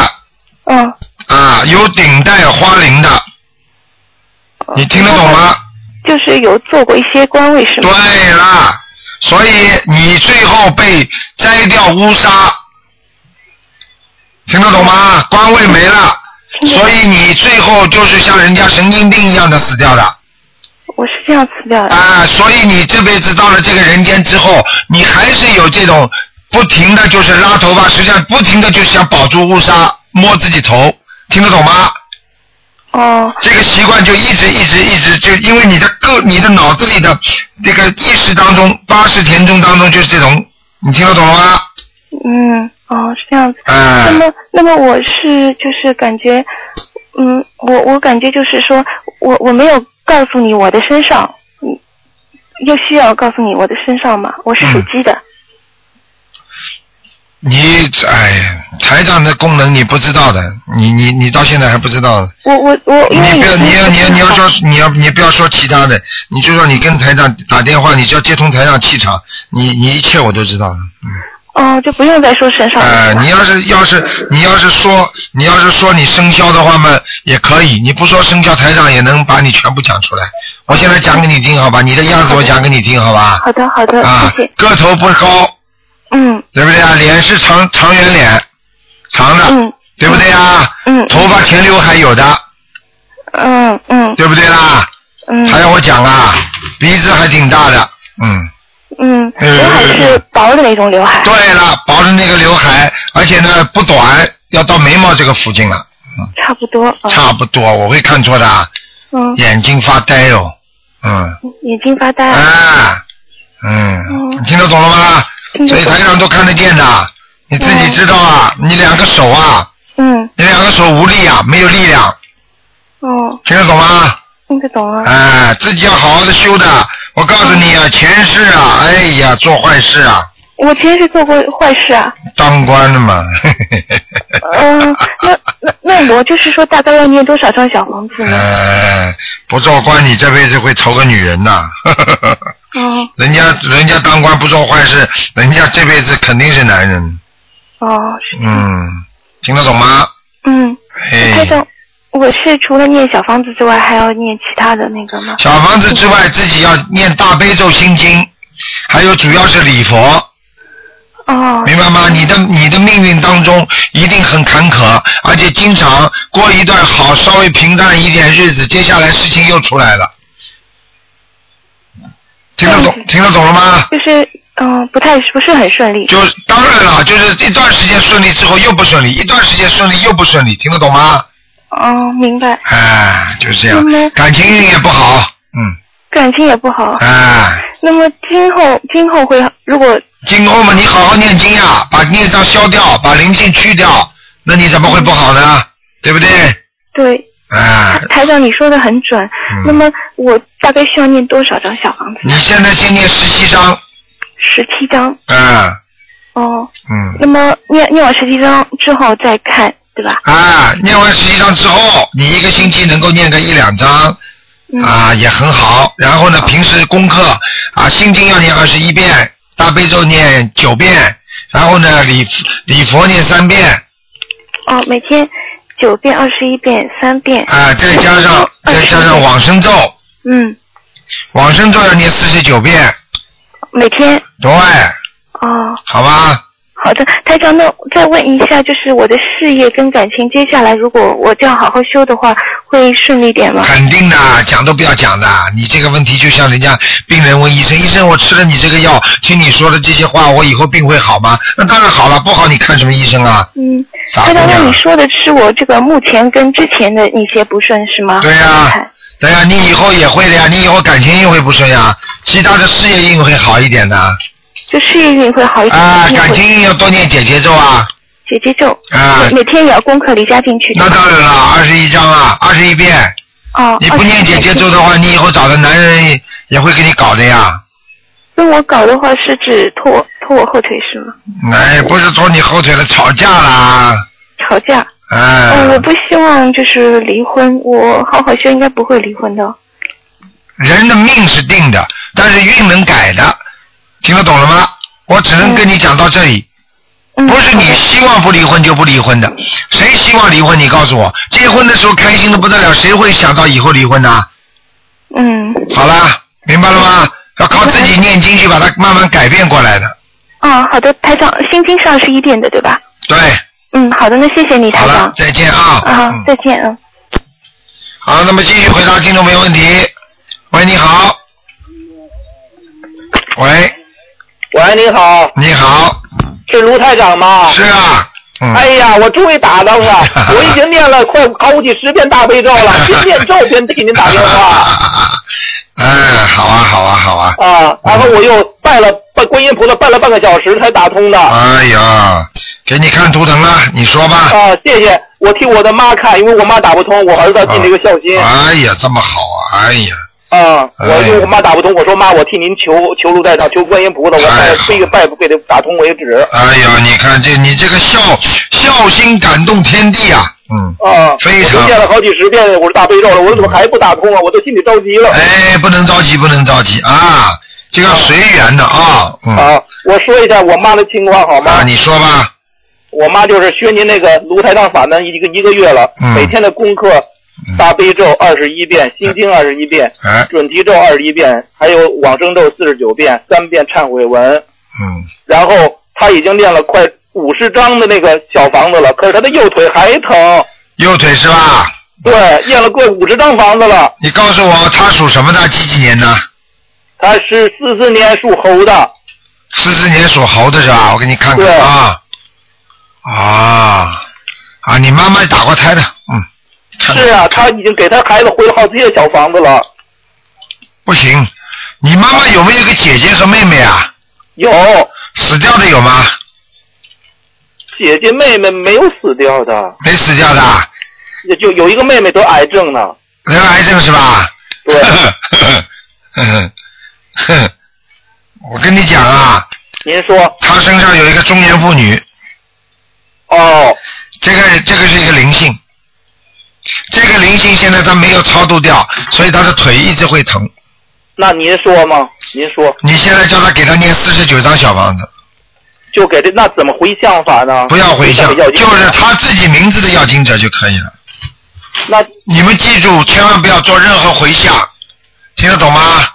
Speaker 4: 嗯
Speaker 1: 啊，有顶戴花翎的，你听得懂吗？
Speaker 4: 就是有做过一些官位是吗？
Speaker 1: 对啦，所以你最后被摘掉乌纱，听得懂吗？官位没了，
Speaker 4: 听得懂
Speaker 1: 所以你最后就是像人家神经病一样的死掉的。
Speaker 4: 我是这样辞掉的。
Speaker 1: 啊，所以你这辈子到了这个人间之后，你还是有这种不停的就是拉头发，实际上不停的就想保住乌纱，摸自己头，听得懂吗？
Speaker 4: 哦，
Speaker 1: 这个习惯就一直一直一直就，因为你的个你的脑子里的这个意识当中，八十田中当中就是这种，你听得懂了吗？
Speaker 4: 嗯，哦，是这样子。
Speaker 1: 哎、
Speaker 4: 那么，那么我是就是感觉，嗯，我我感觉就是说我我没有告诉你我的身上，嗯，又需要告诉你我的身上嘛，我是属
Speaker 1: 嗯
Speaker 4: 鸡的，
Speaker 1: 你哎，台长的功能你不知道的，你你你到现在还不知道的。
Speaker 4: 我我我因为
Speaker 1: 你不要，
Speaker 4: 已经
Speaker 1: 你要，你要，你要
Speaker 4: 不知道
Speaker 1: 说，你要，你不要说其他的，你就说你跟台长打电话，你只要接通台长气场，你你一切我都知道了。
Speaker 4: 哦，就不用再说身上了。
Speaker 1: 哎、
Speaker 4: 是吧
Speaker 1: 你要是要是你要是说你要是说你生肖的话嘛，也可以，你不说生肖，台长也能把你全部讲出来。我现在讲给你听，好吧？你的样子我讲给你听，好吧？
Speaker 4: 好的好的，
Speaker 1: 啊
Speaker 4: 谢谢。，
Speaker 1: 个头不高，
Speaker 4: 嗯
Speaker 1: 对不对啊？脸是长长圆脸，长的，
Speaker 4: 嗯
Speaker 1: 对不对啊？
Speaker 4: 嗯
Speaker 1: 头发前刘海有的，
Speaker 4: 嗯嗯
Speaker 1: 对不对啦？
Speaker 4: 嗯
Speaker 1: 还要我讲啊？鼻子还挺大的，嗯。
Speaker 4: 嗯，
Speaker 1: 嗯
Speaker 4: 刘海是薄的那种刘海。
Speaker 1: 对了，薄的那个刘海，而且呢不短，要到眉毛这个附近了，
Speaker 4: 差不多。嗯
Speaker 1: 差不多，我会看错的啊，
Speaker 4: 嗯，
Speaker 1: 眼睛发呆哦，嗯，
Speaker 4: 眼睛发呆。
Speaker 1: 啊，嗯，你听得懂了吗？
Speaker 4: 哦听得
Speaker 1: 所以
Speaker 4: 懂
Speaker 1: 台上都看得见的，你自己
Speaker 4: 嗯
Speaker 1: 知道啊，你两个手啊，
Speaker 4: 嗯
Speaker 1: 你两个手无力啊，没有力量，
Speaker 4: 哦，
Speaker 1: 听得懂吗？
Speaker 4: 听得懂啊。
Speaker 1: 哎，自己要好好的修的。我告诉
Speaker 4: 哦
Speaker 1: 你啊，前世啊，哎呀，做坏事啊，
Speaker 4: 我前世做过坏事啊。
Speaker 1: 当官的嘛，
Speaker 4: 嗯，那那那我就是说，大概要念多少张小房子呢？
Speaker 1: 呃，不做官，你这辈子会投个女人呐、
Speaker 4: 哦
Speaker 1: 人家人家当官不做坏事，人家这辈子肯定是男人。
Speaker 4: 哦，是
Speaker 1: 嗯，听得懂吗？
Speaker 4: 嗯，台
Speaker 1: 哎，
Speaker 4: 长，我是除了念小房子之外，还要念其他的那个吗？嗯
Speaker 1: 小房子之外，自己要念大悲咒心经，还有主要是礼佛，
Speaker 4: 哦
Speaker 1: 明白吗？你的你的命运当中一定很坎坷，而且经常过一段好稍微平淡一点日子，接下来事情又出来了。听得懂
Speaker 4: 嗯
Speaker 1: 听得懂了吗？
Speaker 4: 就是嗯，不太不是很顺利。
Speaker 1: 就当然了，就是一段时间顺利之后又不顺利，一段时间顺利又不顺利，听得懂吗？
Speaker 4: 哦，明白。
Speaker 1: 哎，就是这样
Speaker 4: 明白，
Speaker 1: 感情运也不好，嗯，
Speaker 4: 感情也不好。
Speaker 1: 哎，
Speaker 4: 那么今后今后会如果
Speaker 1: 今后嘛，你好好念经呀、啊把孽障消掉，把灵性去掉，那你怎么会不好呢？对不对？
Speaker 4: 对
Speaker 1: 哎，
Speaker 4: 台长你说的很准，
Speaker 1: 嗯
Speaker 4: 那么我大概需要念多少张小房子？
Speaker 1: 你现在先念十七章，
Speaker 4: 十七张
Speaker 1: 哎，
Speaker 4: 哦。
Speaker 1: 嗯，
Speaker 4: 那么念念完十七张之后再看，对吧？
Speaker 1: 哎，念完十七章之后，你一个星期能够念个一两章，
Speaker 4: 嗯
Speaker 1: 啊，也很好。然后呢，平时功课啊，心经要念二十一遍，大悲咒念九遍，然后呢，礼礼佛念三遍，
Speaker 4: 哦，每天九遍、二十一遍、三遍。
Speaker 1: 啊，再加上再加上往生咒，
Speaker 4: 嗯，
Speaker 1: 往生咒要念四十九遍，
Speaker 4: 每天。
Speaker 1: 对，
Speaker 4: 哦，
Speaker 1: 好吧？
Speaker 4: 好的，台长，那再问一下，就是我的事业跟感情，接下来如果我这样好好修的话，会顺利点吗？
Speaker 1: 肯定的，讲都不要讲的。你这个问题就像人家病人问医生，医生我吃了你这个药，听你说的这些话，我以后病会好吗？那当然好了，不好你看什么医生啊？
Speaker 4: 嗯，
Speaker 1: 傻
Speaker 4: 台
Speaker 1: 姑
Speaker 4: 长，那
Speaker 1: 娘
Speaker 4: 你。说的是我这个目前跟之前的一些不顺是吗？
Speaker 1: 对呀、
Speaker 4: 看
Speaker 1: 对呀、你以后也会的呀，你以后感情运会不顺呀，其他的事业运会好一点的。
Speaker 4: 就事业运会好一点。
Speaker 1: 啊，
Speaker 4: 运会
Speaker 1: 感情运要多念姐姐咒啊，
Speaker 4: 姐姐咒，
Speaker 1: 啊
Speaker 4: 每每天也要功课离家进去。
Speaker 1: 那当然了，二十一章啊，二十一遍。
Speaker 4: 哦，
Speaker 1: 你不念姐姐咒的话，你以后找的男人也会给你搞的呀。
Speaker 4: 跟我搞的话是指拖我拖我后腿是吗？
Speaker 1: 哎，不是拖你后腿了，吵架啦，
Speaker 4: 吵架？哦
Speaker 1: 哎
Speaker 4: 嗯，我，不希望就是离婚，我好好修应该不会离婚的。
Speaker 1: 人的命是定的，但是运能改的，听得懂了吗？我只能跟你讲到这里，
Speaker 4: 嗯
Speaker 1: 不是你希望不离婚就不离婚的，谁希望离婚？你告诉我，结婚的时候开心的不得了，谁会想到以后离婚呢、
Speaker 4: 嗯
Speaker 1: 好啦，明白了吗？要靠自己念经去把它慢慢改变过来的。
Speaker 4: 嗯，好的，台长，心经是二十一遍的对吧？
Speaker 1: 对，
Speaker 4: 嗯，好的，那谢谢你，
Speaker 1: 好
Speaker 4: 台
Speaker 1: 了
Speaker 4: 长，。
Speaker 1: 再见啊。
Speaker 4: 啊
Speaker 1: 嗯，
Speaker 4: 再见，嗯。
Speaker 1: 好，那么继续回答听众朋友问题。喂，你好。喂，
Speaker 6: 喂，你好，
Speaker 1: 你好，
Speaker 6: 是卢台长吗？
Speaker 1: 是啊，嗯，
Speaker 6: 哎呀，我终于打 到了，我已经念了快好几十遍大悲咒了，边念咒边给您打电话
Speaker 1: 哎，好啊，好啊，好啊，
Speaker 6: 啊，然后我又拜了拜观音菩萨，拜了半个小时才打通的啊，
Speaker 1: 哎呀，给你看图腾了，你说吧。
Speaker 6: 啊谢谢，我替我的妈看，因为我妈打不通，我儿子尽了一个孝心
Speaker 1: 哎呀，这么好啊，哎呀，
Speaker 6: 啊，我
Speaker 1: 哎
Speaker 6: 因为我妈打不通，我说妈，我替您求求卢台长，求观音菩萨，我拜
Speaker 1: 哎
Speaker 6: 了非个拜给他打通为止
Speaker 1: 哎呀，你看这你这个孝孝心感动天地啊，嗯，
Speaker 6: 啊，
Speaker 1: 非
Speaker 6: 我
Speaker 1: 常
Speaker 6: 都念了好几十遍我是大悲咒了，我说怎么还不打通啊？我都心里着急了。
Speaker 1: 哎，不能着急，不能着急啊，这个随缘的啊，嗯，
Speaker 6: 啊，我说一下我妈的情况好吗？
Speaker 1: 啊，你说吧，
Speaker 6: 我妈就是学您那个卢台长法门一个一个月了，
Speaker 1: 嗯
Speaker 6: 每天的功课
Speaker 1: 嗯
Speaker 6: 大悲咒二十一遍，心经二十一遍，
Speaker 1: 哎，
Speaker 6: 准提咒二十一遍，还有往生咒四十九遍，三遍忏悔文。
Speaker 1: 嗯，
Speaker 6: 然后她已经练了快五十张的那个小房子了，可是她的右腿还疼。
Speaker 1: 右腿是吧？
Speaker 6: 对，练了过五十张房子了。
Speaker 1: 你告诉我他属什么的？几几年的？
Speaker 6: 她是四四年属猴的，
Speaker 1: 四四年属猴的是吧？我给你看看
Speaker 6: 对
Speaker 1: 啊，啊啊，你妈妈打过胎的，嗯，看
Speaker 6: 是啊，她已经给她孩子回了好几间小房子了。
Speaker 1: 不行，你妈妈有没有一个姐姐和妹妹啊？
Speaker 6: 有
Speaker 1: 死掉的有吗？
Speaker 6: 姐姐妹妹没有死掉的，
Speaker 1: 没死掉的啊，
Speaker 6: 也就有一个妹妹得癌症呢。
Speaker 1: 得癌症是吧？
Speaker 6: 对
Speaker 1: 我跟你讲啊，
Speaker 6: 您说
Speaker 1: 她身上有一个中年妇女，
Speaker 6: 哦，
Speaker 1: 这个这个是一个灵性，这个灵性现在她没有超度掉，所以她的腿一直会疼。
Speaker 6: 那您说吗？您说
Speaker 1: 你现在叫她给她念四十九张小房子，
Speaker 6: 就给这那怎么回向法呢？
Speaker 1: 不要回向，
Speaker 6: 啊要
Speaker 1: 就是她自己名字的要经者就可以了。
Speaker 6: 那
Speaker 1: 你们记住，千万不要做任何回向，听得懂吗？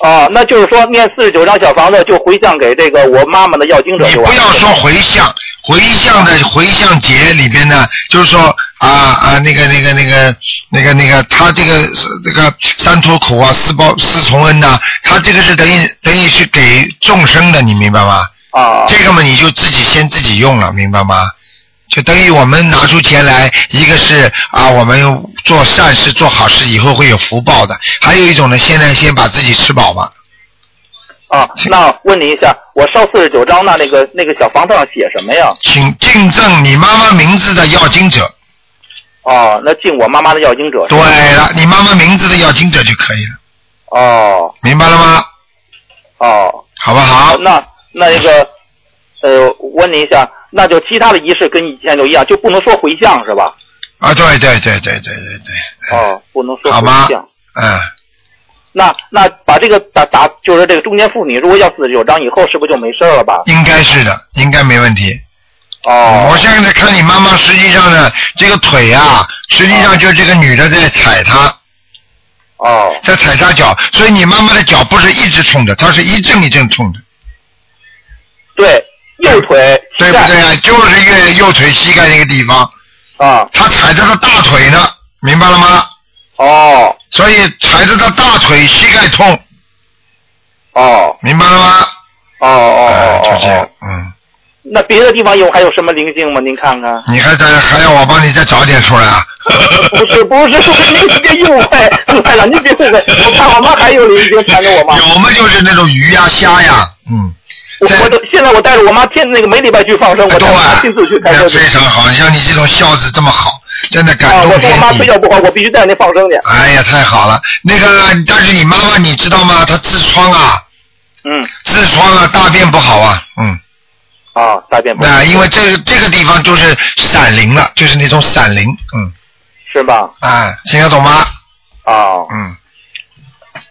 Speaker 6: 啊，那就是说念四十九张小房子就回向给这个我妈妈的要经者
Speaker 1: 你
Speaker 6: 就
Speaker 1: 不
Speaker 6: 完了
Speaker 1: 要说回向，回向的回向节里边呢，就是说啊啊那个那个那个那个那个，他这个这个三途苦啊，四报四重恩呐、他这个是等于等于是给众生的，你明白吗？
Speaker 6: 啊
Speaker 1: 这个嘛，你就自己先自己用了，明白吗？就等于我们拿出钱来，一个是啊，我们做善事、做好事，以后会有福报的；还有一种呢，现在先把自己吃饱吧。
Speaker 6: 啊，那问您一下，我烧四十九张，那那个那个小房子上写什么呀？
Speaker 1: 请敬赠你妈妈名字的要经者，
Speaker 6: 哦，那敬我妈妈的要经者是
Speaker 1: 对
Speaker 6: 吧。
Speaker 1: 了，你妈妈名字的要经者就可以了，
Speaker 6: 哦
Speaker 1: 明白了吗？
Speaker 6: 哦，
Speaker 1: 好不好？
Speaker 6: 那那那个呃，问您一下，那就其他的仪式跟以前就一样，就不能说回向是吧？
Speaker 1: 啊，对对对对对对对，
Speaker 6: 哦，不能说
Speaker 1: 哎好
Speaker 6: 回
Speaker 1: 吧
Speaker 6: 向。
Speaker 1: 嗯，
Speaker 6: 那那把这个打打，就是这个中间妇女，如果要四十九章以后，是不是就没事儿了吧？
Speaker 1: 应该是的，应该没问题。
Speaker 6: 哦
Speaker 1: 我，现在看你妈妈，实际上呢，这个腿啊，实际上就是这个女的在踩她，
Speaker 6: 哦，
Speaker 1: 在踩她脚，所以你妈妈的脚不是一直冲的，她是一阵一阵冲的，
Speaker 6: 对，右腿
Speaker 1: 对
Speaker 6: 膝
Speaker 1: 不
Speaker 6: 盖
Speaker 1: 对啊？就是越右腿膝盖那个地方，
Speaker 6: 啊，
Speaker 1: 她踩着她大腿呢，明白了吗？
Speaker 6: 哦
Speaker 1: 所以踩着她大腿膝盖痛，
Speaker 6: 哦
Speaker 1: 明白了吗？
Speaker 6: 哦哦哦
Speaker 1: 哎，就这
Speaker 6: 哦
Speaker 1: 样
Speaker 6: 哦，，
Speaker 1: 嗯，。
Speaker 6: 那别的地方有还有什么灵性吗？您看看
Speaker 1: 你还在还要我帮你再找点出来啊？
Speaker 6: 不是不是，您别误会，太长您别误会，我看我妈还有灵性缠着我妈，
Speaker 1: 有嘛就是那种鱼呀、虾呀，嗯，
Speaker 6: 我
Speaker 1: 在
Speaker 6: 我都现在我带着我妈天那个每礼拜去放生，我带
Speaker 1: 对
Speaker 6: 着我妈亲自去，开车
Speaker 1: 哎啊那
Speaker 6: 去
Speaker 1: 非常好，像你这种孝子这么好，真的感
Speaker 6: 啊，
Speaker 1: 动
Speaker 6: 我说我妈
Speaker 1: 天
Speaker 6: 腿
Speaker 1: 地。
Speaker 6: 脚不好，我必须带着您放生去，
Speaker 1: 哎呀，太好了！那个，但是你妈妈你知道吗？她痔疮啊，
Speaker 6: 嗯
Speaker 1: 痔疮啊，大便不好啊，嗯，
Speaker 6: 啊，大便不
Speaker 1: 那、因为这个这个地方就是闪灵了，就是那种闪灵，嗯，
Speaker 6: 是吧？
Speaker 1: 啊，听得懂吗？
Speaker 6: 啊，
Speaker 1: 嗯，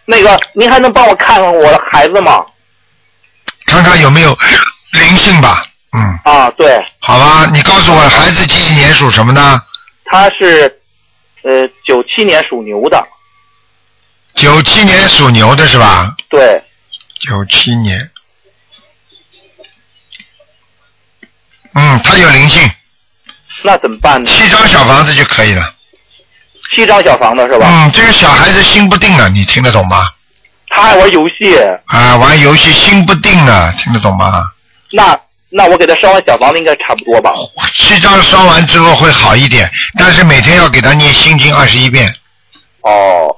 Speaker 6: 那个您还能帮我看看我的孩子吗？
Speaker 1: 看看有没有灵性吧。嗯，
Speaker 6: 啊，对，
Speaker 1: 好吧，你告诉我孩子几几年属什么的？
Speaker 6: 他是呃九七年属牛的，
Speaker 1: 九七年属牛的是吧？
Speaker 6: 对，
Speaker 1: 九七年。嗯，他有灵性，
Speaker 6: 那怎么办呢？
Speaker 1: 七张小房子就可以了。
Speaker 6: 七张小房子是吧？
Speaker 1: 嗯，这个小孩子心不定了，你听得懂吗？
Speaker 6: 他爱玩游戏，
Speaker 1: 啊，玩游戏心不定了，听得懂吗？
Speaker 6: 那那我给他烧完小房子应该差不多吧？
Speaker 1: 七张烧完之后会好一点，但是每天要给他念心经二十一遍。
Speaker 6: 哦，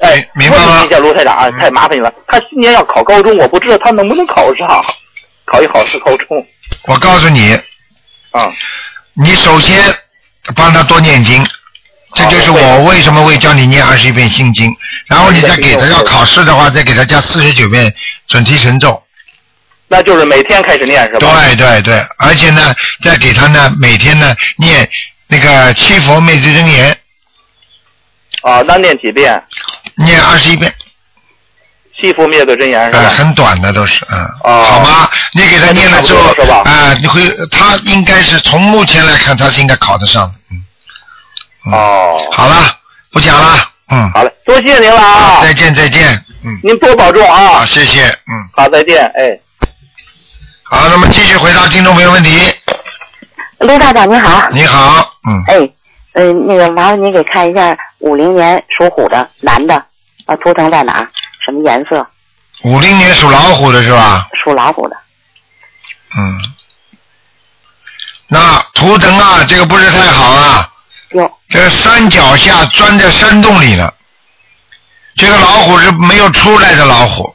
Speaker 6: 哎，
Speaker 1: 明明白嗯吗
Speaker 6: 问一下卢台长，啊太麻烦你了。他今年要考高中，我不知道他能不能考上，考一考试高中。
Speaker 1: 我告诉你，
Speaker 6: 啊、
Speaker 1: 你首先帮他多念经，这
Speaker 6: 啊
Speaker 1: 就是我为什么会教你念二十一遍心经，然后你再给他要考试的话，再给他加四十九遍准提神咒。
Speaker 6: 那就是每天开始念是吧？
Speaker 1: 对对对，而且呢，再给他呢每天呢念那个七佛灭罪真言，
Speaker 6: 啊，那念几遍
Speaker 1: 念二十一遍，
Speaker 6: 《七佛灭罪真言》是
Speaker 1: 呃，
Speaker 6: 吧？
Speaker 1: 很短的都是，嗯。
Speaker 6: 哦
Speaker 1: 好吧，你给他念了之后
Speaker 6: 那就差不多了是吧，
Speaker 1: 啊、你会，他应该是从目前来看，他是应该考得上的。嗯，
Speaker 6: 哦，
Speaker 1: 好了，不讲了，嗯，
Speaker 6: 好嘞，多谢您了啊，
Speaker 1: 再见再见，嗯，
Speaker 6: 您多保重啊
Speaker 1: 好，，谢谢，嗯，
Speaker 6: 好，再见，哎。
Speaker 1: 好，那么继续回答听众朋友问题。
Speaker 7: 卢大长您好，
Speaker 1: 你好，嗯，
Speaker 7: 哎，嗯、那个麻烦您给看一下五零年属虎的男的，啊，图腾在哪儿？什么颜色？
Speaker 1: 五零年属老虎的是吧？
Speaker 7: 属老虎的。
Speaker 1: 嗯，那图腾啊，这个不是太好啊，
Speaker 7: 哟，
Speaker 1: 这山脚下钻在山洞里了，这个老虎是没有出来的老虎。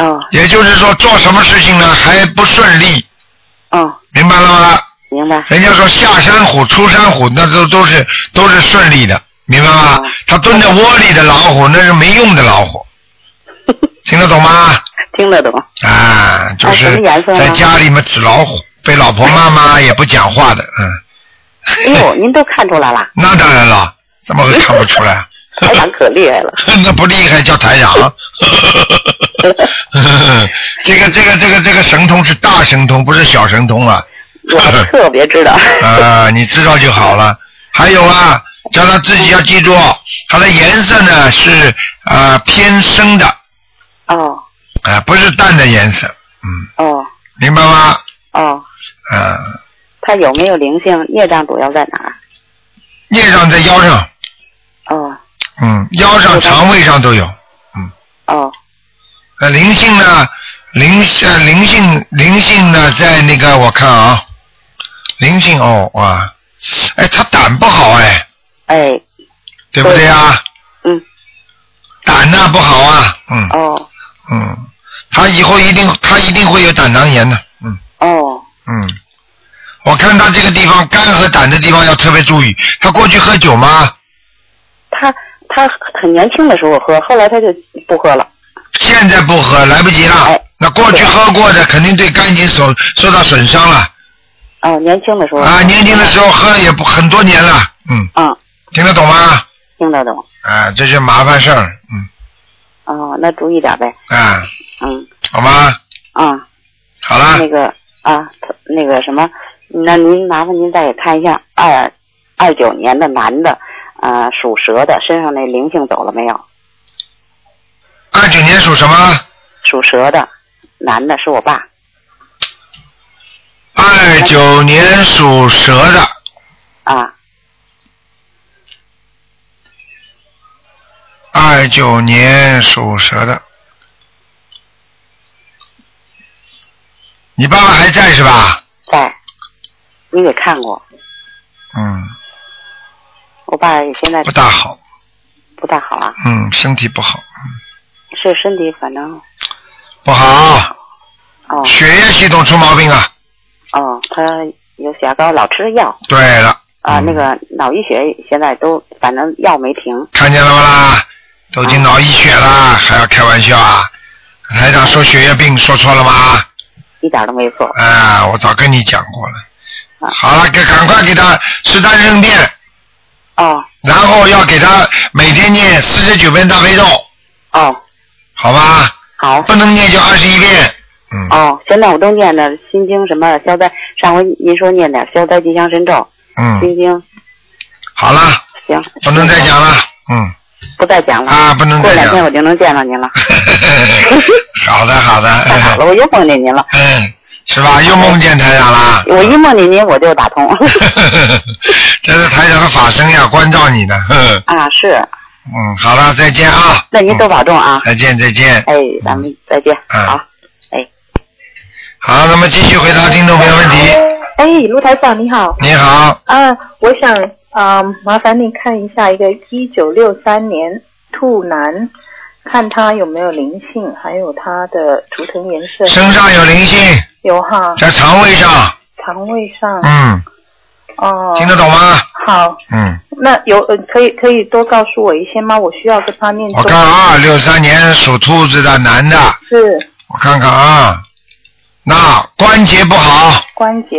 Speaker 7: 嗯
Speaker 1: 也就是说，做什么事情呢还不顺利，
Speaker 7: 嗯，
Speaker 1: 明白了吗？
Speaker 7: 明白。
Speaker 1: 人家说下山虎、出山虎，那都都是都是顺利的，明白吗
Speaker 7: 嗯？
Speaker 1: 他蹲在窝里的老虎，那是没用的老 虎，听得懂吗？
Speaker 7: 听得懂。
Speaker 1: 啊，就
Speaker 7: 啊什
Speaker 1: 是
Speaker 7: 么颜色呢
Speaker 1: 在家里面纸老虎，被老婆骂 骂也不讲话的，嗯，
Speaker 7: 哎呦，您都看出来了，
Speaker 1: 那当然了，怎么会看不出来？
Speaker 7: 台长可厉害了。
Speaker 1: 那不厉害叫台长。 这个这个这个这个神通是大神通，不是小神通啊！
Speaker 7: 我特别知道。
Speaker 1: 啊，你知道就好了。还有啊，叫他自己要记住，它的颜色呢是啊、呃偏深的，啊、啊
Speaker 7: 哦
Speaker 1: 不是淡的颜色，嗯，
Speaker 7: 哦
Speaker 1: 明白吗？
Speaker 7: 哦，
Speaker 1: 啊、
Speaker 7: 他有没有灵性？业障主要在哪儿？
Speaker 1: 孽障在腰上，
Speaker 7: 哦
Speaker 1: 嗯，腰上、肠胃上都有。
Speaker 7: 哦
Speaker 1: 呃，灵性呢，灵呃灵性灵性呢，在那个我看啊，灵性哦哇，哎，他胆不好哎，
Speaker 7: 哎
Speaker 1: 对不对啊？
Speaker 7: 嗯。
Speaker 1: 胆呐不好啊，嗯。
Speaker 7: 哦
Speaker 1: 嗯，他以后一定他一定会有胆囊炎的，嗯
Speaker 7: 哦
Speaker 1: 嗯，我看他这个地方肝和胆的地方要特别注意。他过去喝酒吗？
Speaker 7: 他他很年轻的时候喝，后来他就不喝了。
Speaker 1: 现在不喝来不及了
Speaker 7: 哎。
Speaker 1: 那过去喝过的肯定对肝已经受受到损伤了
Speaker 7: 哦，年轻的时候
Speaker 1: 啊！年轻的时候喝了也不很多年了，嗯，
Speaker 7: 嗯，
Speaker 1: 听得懂吗？
Speaker 7: 听得懂。
Speaker 1: 啊，这是麻烦事儿，嗯
Speaker 7: 哦，那注意点呗。
Speaker 1: 啊，
Speaker 7: 嗯
Speaker 1: 好吗？
Speaker 7: 啊，
Speaker 1: 好了
Speaker 7: 那，个啊，他那个什么，那您麻烦您再给看一下二二九年的男的，啊，属蛇的，身上那灵性走了没有？
Speaker 1: 二九年属什么？
Speaker 7: 属蛇的男的是我爸，
Speaker 1: 二九年属蛇的，
Speaker 7: 啊，
Speaker 1: 二九年属蛇的，你爸爸还在是吧？
Speaker 7: 在，你给看过？
Speaker 1: 嗯，
Speaker 7: 我爸现在
Speaker 1: 不大好，
Speaker 7: 不大好了，
Speaker 1: 嗯，身体不好，
Speaker 7: 是身体反正
Speaker 1: 不好，
Speaker 7: 哦
Speaker 1: 血液系统出毛病啊了。
Speaker 7: 哦，他有血压高，老吃药
Speaker 1: 对了，
Speaker 7: 啊，
Speaker 1: 嗯
Speaker 7: 那个脑溢血现在都反正药没停，
Speaker 1: 看见了吧啦？都已经脑溢血
Speaker 7: 啊
Speaker 1: 了，还要开玩笑啊？台长说血液病说错了吗？
Speaker 7: 一点都没错。
Speaker 1: 啊，我早跟你讲过了。
Speaker 7: 啊
Speaker 1: 好了，给赶快给他吃丹参片，
Speaker 7: 哦
Speaker 1: 然后要给他每天念四十九遍大悲咒。
Speaker 7: 哦
Speaker 1: 好吧？
Speaker 7: 好
Speaker 1: 不能念就二十一遍。嗯，
Speaker 7: 哦，现在我都念的心经什么消灾，上回您说念点消灾吉祥神咒，
Speaker 1: 嗯，
Speaker 7: 心经
Speaker 1: 好了，
Speaker 7: 行，
Speaker 1: 不能再讲了。嗯，
Speaker 7: 不再讲了
Speaker 1: 啊不能
Speaker 7: 过
Speaker 1: 再讲
Speaker 7: 两天我就能见到您 了，
Speaker 1: 好的，好
Speaker 7: 太好
Speaker 1: 的。
Speaker 7: 了，我又梦见您了，
Speaker 1: 嗯，是吧？又梦见台长了。
Speaker 7: 我一梦见您我就打通，
Speaker 1: 这是台长的法身呀，关照 你的。哼
Speaker 7: 啊是，
Speaker 1: 嗯，好了，再见啊。
Speaker 7: 那您多保重啊
Speaker 1: 嗯。，再见，再见。
Speaker 7: 哎，咱们再见，
Speaker 1: 嗯
Speaker 7: 好。
Speaker 1: 好，那么继续回答听众朋友问题。
Speaker 8: 哎，卢台长你好，
Speaker 1: 你好，
Speaker 8: 啊，我想啊、麻烦你看一下一个一九六三年兔男，看他有没有灵性，还有他的图腾颜色
Speaker 1: 身上有灵性，
Speaker 8: 有哈，
Speaker 1: 在肠胃上。
Speaker 8: 肠胃上
Speaker 1: 嗯，
Speaker 8: 哦，
Speaker 1: 听得懂吗？
Speaker 8: 好，
Speaker 1: 嗯，
Speaker 8: 那有呃可以可以多告诉我一些吗？我需要跟他念
Speaker 1: 我
Speaker 8: 咒
Speaker 1: 看啊，六三年属兔子的男的，
Speaker 8: 是
Speaker 1: 我看看啊，那关节不好，
Speaker 8: 关节，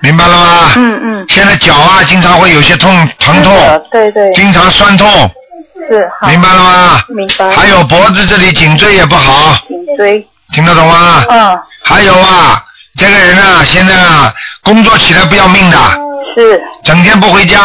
Speaker 1: 明白了吗？
Speaker 8: 嗯嗯，
Speaker 1: 现在脚啊，经常会有些痛疼
Speaker 8: 是的
Speaker 1: 痛，
Speaker 8: 对对
Speaker 1: 经常酸痛，
Speaker 8: 是好，嗯
Speaker 1: 明白了吗？
Speaker 8: 明白，
Speaker 1: 还有脖子这里颈椎也不好，
Speaker 8: 颈椎，
Speaker 1: 听得懂吗？
Speaker 9: 哦
Speaker 8: 嗯
Speaker 1: 还有啊，这个人啊，现在啊，工作起来不要命的，
Speaker 8: 是，
Speaker 1: 整天不回家，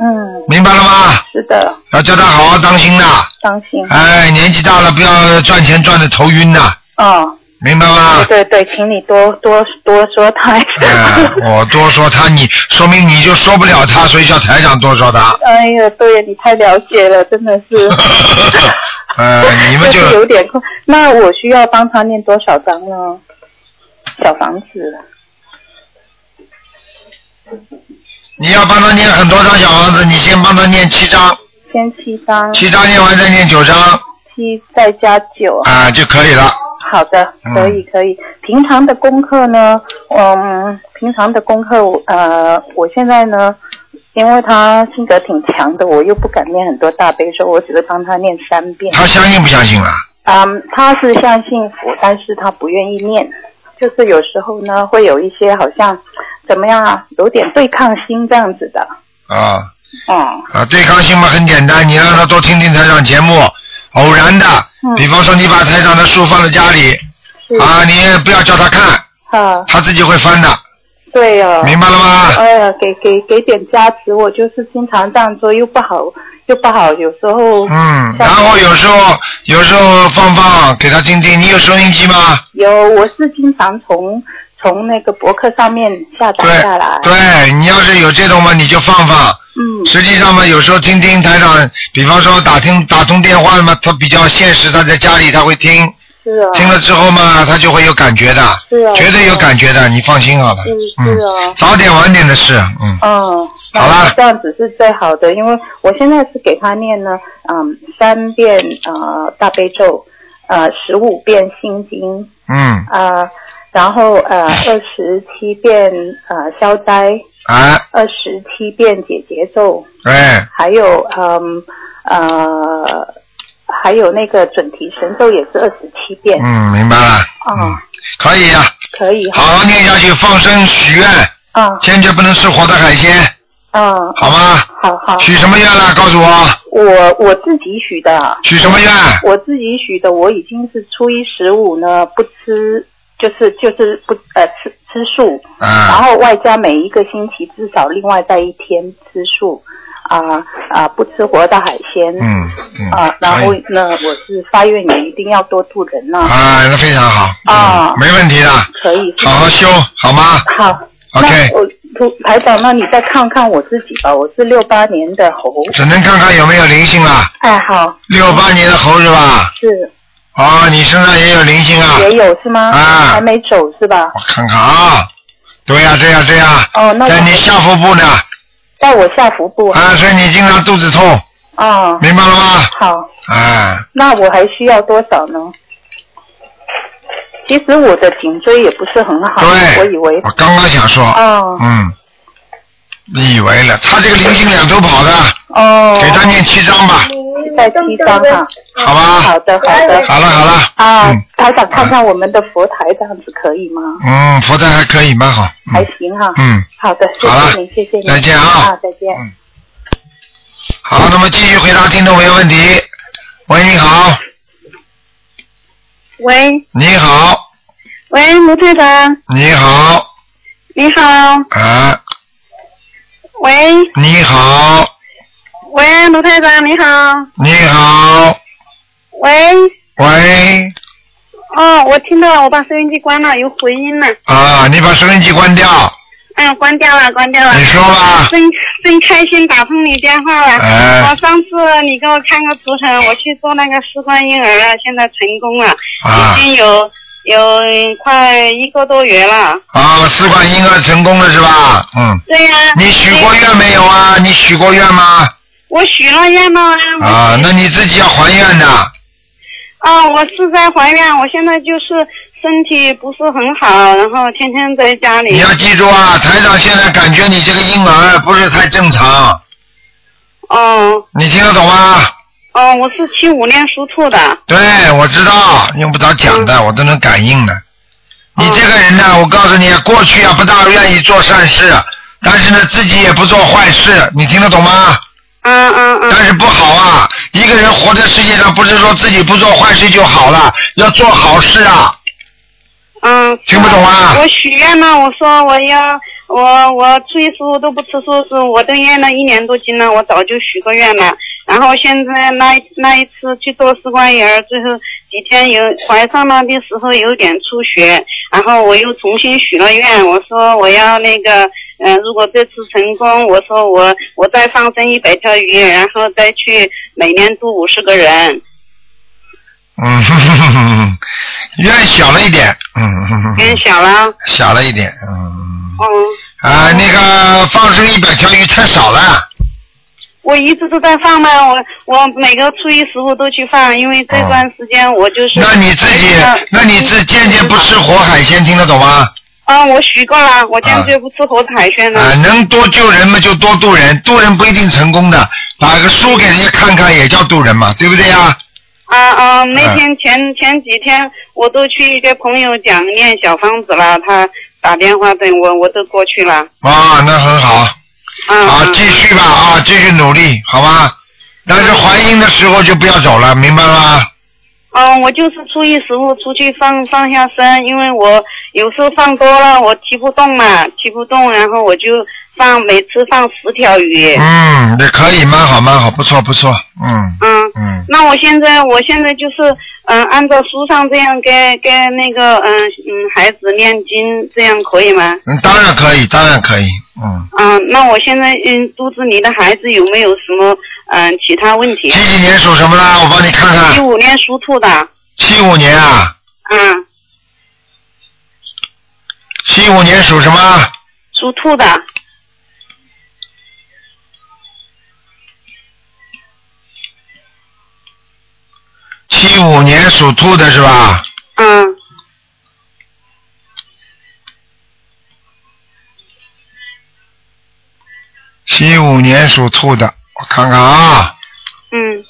Speaker 8: 嗯
Speaker 1: 明白了吗？
Speaker 8: 是的，
Speaker 1: 要叫他好好当心呐！
Speaker 8: 当心，
Speaker 1: 哎，年纪大了，不要赚钱赚的头晕呐，
Speaker 8: 嗯。
Speaker 1: 明白吗？
Speaker 8: 对对对，请你多多多说他。
Speaker 1: 哎，我多说他，你说明你就说不了他，所以叫台长多说他。
Speaker 8: 哎呀，对你太了解了，真的是。
Speaker 1: 呃， 你们就
Speaker 8: 就是有点困。那我需要帮他念多少张呢？小房子，
Speaker 1: 你要帮他念很多张小房子，你先帮他念七张，
Speaker 8: 先七张，
Speaker 1: 七张念完再念九张啊、
Speaker 8: 七再加九。
Speaker 1: 就可以了。
Speaker 8: 好的，
Speaker 1: 嗯
Speaker 8: 可以可以。平常的功课呢？嗯，平常的功课我，呃，我现在呢，因为他性格挺强的，我又不敢念很多大悲咒，我只是帮他念三遍。
Speaker 1: 他相信不相信了？
Speaker 8: 嗯，他是相信佛，但是他不愿意念，就是有时候呢会有一些好像怎么样啊，有点对抗心这样子的。
Speaker 1: 啊
Speaker 8: 嗯，
Speaker 1: 啊，对抗性嘛很简单，你让他多听听台长节目，偶然的，
Speaker 8: 嗯
Speaker 1: 比方说你把台长的书放在家里
Speaker 8: 是
Speaker 1: 啊，你也不要叫他看，
Speaker 8: 啊，
Speaker 1: 他自己会翻的，
Speaker 8: 对哦。
Speaker 1: 明白了吗？
Speaker 8: 哎呀，给给给点加持，我就是经常这样做，又不好，又不好，有时候
Speaker 1: 嗯，然后有时候有时候放放给他听听，你有收音机吗？
Speaker 8: 有我是经常从从那个博客上面下载
Speaker 1: 对
Speaker 8: 下来，
Speaker 1: 对，你要是有这种嘛，你就放放。
Speaker 8: 嗯，
Speaker 1: 实际上嘛，有时候听听台长，比方说打听打通电话嘛，他比较现实，他在家里他会听，
Speaker 8: 是啊，
Speaker 1: 听了之后嘛，他就会有感觉的，
Speaker 8: 是啊
Speaker 1: 绝对有感觉的，你放心好了。
Speaker 8: 是
Speaker 1: 嗯
Speaker 8: 是，啊。
Speaker 1: 早点晚点的事，嗯，
Speaker 8: 嗯，
Speaker 1: 好啦
Speaker 8: 这样子是最好的，因为我现在是给他念呢，嗯，三遍呃大悲咒，呃十五遍心经，
Speaker 1: 嗯，
Speaker 8: 呃，然后呃二十七遍呃消灾，
Speaker 1: 哎，
Speaker 8: 二十七遍解结咒，
Speaker 1: 对，
Speaker 8: 还有嗯呃还有那个准提神咒也是二十七遍，
Speaker 1: 嗯，明白了，嗯
Speaker 8: 哦，
Speaker 1: 可以啊呀，
Speaker 8: 可以
Speaker 1: 好
Speaker 8: 哈，
Speaker 1: 好念下去，放生许愿，
Speaker 8: 啊
Speaker 1: 坚决不能吃活的海鲜，
Speaker 8: 啊，
Speaker 1: 好吗？
Speaker 8: 好好，
Speaker 1: 许什么愿了？告诉我，
Speaker 8: 我我自己许的。
Speaker 1: 许什么愿？
Speaker 8: 我自己许的，我已经是初一十五呢，不吃，就是就是不呃吃吃素，然
Speaker 1: 啊，
Speaker 8: 后外加每一个星期至少另外在一天吃素，啊、啊、不吃活的海鲜，
Speaker 1: 嗯嗯，
Speaker 3: 呃
Speaker 8: 啊、然
Speaker 1: 可以
Speaker 8: 后呢，我是发愿也一定要多度人呐、
Speaker 1: 啊，那非常好，
Speaker 8: 啊
Speaker 1: 嗯没问题的，
Speaker 8: 可以，
Speaker 1: 好好修，好吗
Speaker 8: 好。
Speaker 1: ？OK，
Speaker 8: 那我图台长，那你再看看我自己吧，我是六八年的猴，
Speaker 1: 只能看看有没有灵性啊。
Speaker 8: 哎，好，
Speaker 1: 六八年的猴是吧？
Speaker 8: 是
Speaker 1: 哦，你身上也有灵性啊？
Speaker 8: 也有是吗？
Speaker 1: 啊
Speaker 8: 还没走是吧？
Speaker 1: 我看看啊，对呀、对呀、对呀、
Speaker 8: 哦，那我
Speaker 1: 在你下腹部呢，
Speaker 8: 在我下腹部
Speaker 1: 啊，所以你经常肚子痛，
Speaker 8: 啊、
Speaker 1: 明白了吗？
Speaker 8: 好，
Speaker 1: 啊，
Speaker 8: 那我还需要多少呢？其实我的颈椎也不是很好，
Speaker 1: 对，
Speaker 8: 啊我以为
Speaker 1: 我刚刚想说，
Speaker 8: 哦
Speaker 1: 嗯，你以为了，他这个灵性两头跑的，
Speaker 8: 哦，
Speaker 1: 给他念七章吧，
Speaker 8: 在七张哈，
Speaker 1: 好吧？
Speaker 8: 好的好的
Speaker 1: 好了好了，
Speaker 8: 啊
Speaker 1: 嗯，
Speaker 8: 台长看看我们的佛台这样子可以吗？
Speaker 1: 嗯，佛台还可以，蛮好，嗯
Speaker 8: 还行哈，
Speaker 1: 嗯，
Speaker 8: 好的，谢
Speaker 1: 好了
Speaker 8: 谢你，谢谢你，
Speaker 1: 再见啊
Speaker 8: 啊，再见。
Speaker 1: 好，那么继续回答听众朋友问题。喂，你好，
Speaker 9: 喂
Speaker 1: 你好，
Speaker 9: 喂，卢队长，
Speaker 1: 你好，
Speaker 9: 你好，
Speaker 1: 啊，
Speaker 9: 喂
Speaker 1: 你好，
Speaker 9: 喂，卢队长你好，
Speaker 1: 你好，
Speaker 9: 喂，
Speaker 1: 喂，
Speaker 9: 哦，我听到了，我把收音机关了，有回音了，
Speaker 1: 啊，你把收音机关掉，
Speaker 9: 嗯，关掉了，关掉了。
Speaker 1: 你说吧
Speaker 9: 真真开心打通你电话了。
Speaker 1: 哎
Speaker 9: 我上次你给我看个图腾，我去做那个试管婴儿了，现在成功了，
Speaker 1: 啊
Speaker 9: 已经有有快一个多月了。
Speaker 1: 啊，试管婴儿成功了是吧？嗯，
Speaker 9: 对呀、
Speaker 1: 你许过愿没有啊？你许过愿吗？
Speaker 9: 我许了愿了啊。我
Speaker 1: 啊，那你自己要还愿的，
Speaker 9: 啊，我是在怀孕，我现在就是身体不是很好，然后天天在家里。
Speaker 1: 你要记住啊，台长现在感觉你这个婴儿不是太正常，
Speaker 9: 哦
Speaker 1: 你听得懂吗？
Speaker 9: 哦，我是七五年属兔的。
Speaker 1: 对，我知道，用不着讲
Speaker 9: 嗯
Speaker 1: 的，我都能感应的。你
Speaker 9: 哦
Speaker 1: 这个人呢，我告诉你，过去啊不大愿意做善事，但是呢自己也不做坏事，你听得懂吗？
Speaker 9: 嗯嗯嗯。
Speaker 1: 但是不好啊，一个人活在世界上，不是说自己不做坏事就好了，要做好事啊。
Speaker 9: 嗯。
Speaker 1: 听不懂啊
Speaker 9: 我许愿了，我说我要我我初一十五都不吃素食，我都验了一年多斤了，我早就许过愿了。然后现在那一那一次去做试管婴儿，最后几天有怀上了的时候有点出血，然后我又重新许了愿，我说我要那个，嗯、如果这次成功，我说我我再放生一百条鱼，然后再去每年度五十个人，
Speaker 1: 嗯，哼哼哼哼哼，愿小了一点，嗯，哼哼
Speaker 9: 变
Speaker 1: 哼
Speaker 9: 小了，
Speaker 1: 小了一点，嗯，
Speaker 9: 嗯。
Speaker 1: 啊，那个放生一百条鱼太少了，
Speaker 9: 我一直都在放嘛，我我每个初一十五都去放，因为这段时间我就是。
Speaker 1: 哦那你自己，那你自渐渐不吃活海鲜，听得懂吗？
Speaker 9: 啊，我许过了，我坚决不吃活的海鲜了。
Speaker 1: 啊，能多救人嘛就多渡人，渡人不一定成功的，把个书给人家看看也叫渡人嘛，对不对呀？
Speaker 9: 啊啊！那天前前几天我都去一个朋友讲念小方子了，他打电话等我，我都过去了。
Speaker 1: 啊，那很好，
Speaker 9: 嗯。
Speaker 1: 好，继续吧，啊，继续努力，好吧？但是怀孕的时候就不要走了，明白吗？
Speaker 9: 嗯，我就是初一十五出去放放下生，因为我有时候放多了我提不动嘛，提不动，然后我就放每次放十条鱼。
Speaker 1: 嗯，也可以，蛮好，蛮好，不错，不错，嗯
Speaker 9: 嗯。
Speaker 1: 嗯，
Speaker 9: 那我现在，我现在就是，嗯、按照书上这样给给那个，嗯、嗯，孩子念经，这样可以吗？
Speaker 1: 嗯，当然可以，当然可以，嗯，
Speaker 9: 嗯、那我现在，嗯，肚子里的孩子有没有什么，嗯、其他问题？
Speaker 1: 几几年属什么啦？我帮你看
Speaker 9: 七
Speaker 1: 看，
Speaker 9: 五年属兔的，
Speaker 1: 七五年啊，
Speaker 9: 嗯，
Speaker 1: 七五年属什么？
Speaker 9: 属兔的，
Speaker 1: 七五年属兔的是吧？
Speaker 9: 嗯，
Speaker 1: 七五年属兔的，我看看啊，
Speaker 9: 嗯，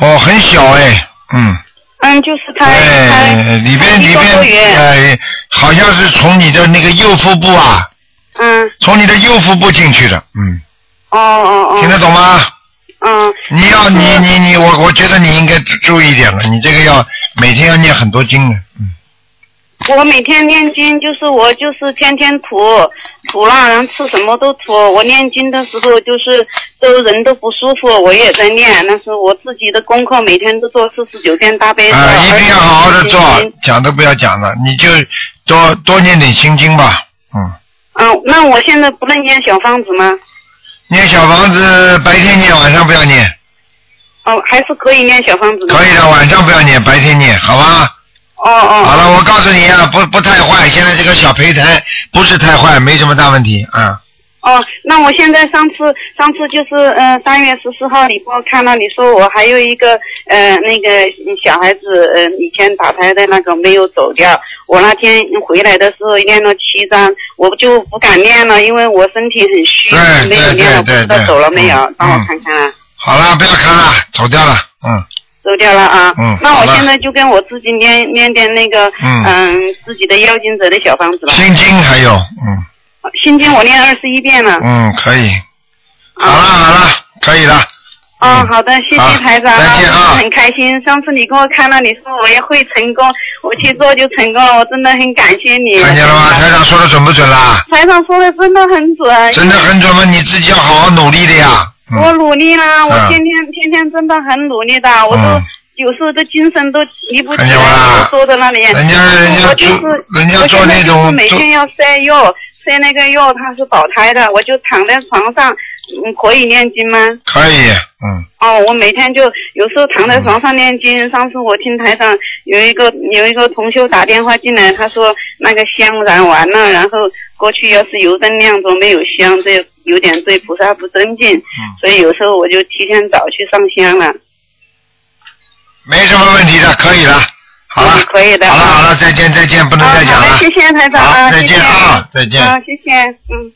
Speaker 1: 哦，很小哎，嗯，
Speaker 9: 嗯，就是他，
Speaker 1: 哎，里边里
Speaker 9: 一个多
Speaker 1: 边，
Speaker 9: 月
Speaker 1: 哎，好像是从你的那个右腹部啊，
Speaker 9: 他，嗯，
Speaker 1: 从你的右腹部进去的，嗯，
Speaker 9: 哦哦
Speaker 1: 听得
Speaker 9: 哦，
Speaker 1: 懂吗？
Speaker 9: 嗯，
Speaker 1: 你要你你你，我我觉得你应该注意一点了，你这个要每天要念很多经的，嗯，
Speaker 9: 我每天念经，就是我就是天天吐吐了，然后吃什么都吐。我念经的时候就是都人都不舒服，我也在念，那是我自己的功课，每天都做四十九遍大悲咒。
Speaker 1: 啊，一定要好好的
Speaker 9: 而且
Speaker 1: 做
Speaker 9: 念经。，
Speaker 1: 讲都不要讲了，你就多多念点心经吧，嗯，
Speaker 9: 嗯，那我现在不能念小方子吗？
Speaker 1: 念小房子白天念，晚上不要念。
Speaker 9: 哦，还是可以念小方子的。
Speaker 1: 可以的，晚上不要念，白天念，好吧？
Speaker 9: 哦哦。
Speaker 1: 好了，我告诉你啊，不不太坏，现在这个小胚胎不是太坏，没什么大问题啊。
Speaker 9: 哦，那我现在上次上次就是呃三月十四号你给我看了，你说我还有一个呃那个嗯小孩子呃以前打胎的那个没有走掉，我那天回来的时候念了七张，我就不敢念了，因为我身体很虚
Speaker 1: 对，
Speaker 9: 没有
Speaker 1: 对
Speaker 9: 念了，不
Speaker 1: 对
Speaker 9: 知道
Speaker 1: 对
Speaker 9: 走了没有
Speaker 1: 嗯，
Speaker 9: 帮
Speaker 1: 嗯
Speaker 9: 我看看啊。
Speaker 1: 好了，不要看了，走掉了，嗯，
Speaker 9: 走掉了啊，
Speaker 1: 嗯
Speaker 9: 那
Speaker 1: 好
Speaker 9: 我
Speaker 1: 了
Speaker 9: 现在就跟我自己念念点那个
Speaker 1: 嗯
Speaker 9: 自己的妖精者的小方子吧，
Speaker 1: 心经还有，嗯
Speaker 9: 心经我念二十一遍了，
Speaker 1: 嗯，可以，好了
Speaker 9: 啊
Speaker 1: 好了，可以了，
Speaker 9: 哦，好的，谢
Speaker 1: 嗯好
Speaker 9: 谢台长，
Speaker 1: 再见啊
Speaker 9: 很开心。上次你给我看到你说我也会成功，我去做就成功了，我真的很感谢你。
Speaker 1: 看见了吗？台长说的准不准啦？
Speaker 9: 台长说的真的很准，
Speaker 1: 真的很准吗？啊你自己要好好努力的呀。嗯
Speaker 9: 哎我努力啦，我
Speaker 1: 嗯
Speaker 9: 天天天天真的很努力的，我都
Speaker 1: 嗯
Speaker 9: 有时候都精神都提不起
Speaker 1: 看见吗
Speaker 9: 来，我说的那里。
Speaker 1: 人家人家
Speaker 9: 我就是
Speaker 1: 做人家
Speaker 9: 我
Speaker 1: 做
Speaker 9: 现
Speaker 1: 那
Speaker 9: 在就是
Speaker 1: 种
Speaker 9: 每
Speaker 1: 做
Speaker 9: 天要塞药，塞那个药它是保胎的，我就躺在床上，嗯，可以念经吗？
Speaker 1: 可以，嗯，
Speaker 9: 哦，我每天就有时候躺在床上念经。上次我听台上有一个有一个同修打电话进来，他说那个香燃完了，然后过去要是油灯亮着没有香，这有点对菩萨不尊敬。
Speaker 1: 嗯
Speaker 9: 所以有时候我就提前早去上香了。
Speaker 1: 没什么问题的，可以了。好了，
Speaker 9: 可以的。啊
Speaker 1: 好了好了，再见再见，不能再讲
Speaker 9: 好
Speaker 1: 了
Speaker 9: 嘞，。谢谢台长
Speaker 1: 好，
Speaker 9: 啊，
Speaker 1: 再
Speaker 9: 谢
Speaker 1: 见
Speaker 9: 谢
Speaker 1: 啊，再见。
Speaker 9: 啊，谢谢，嗯。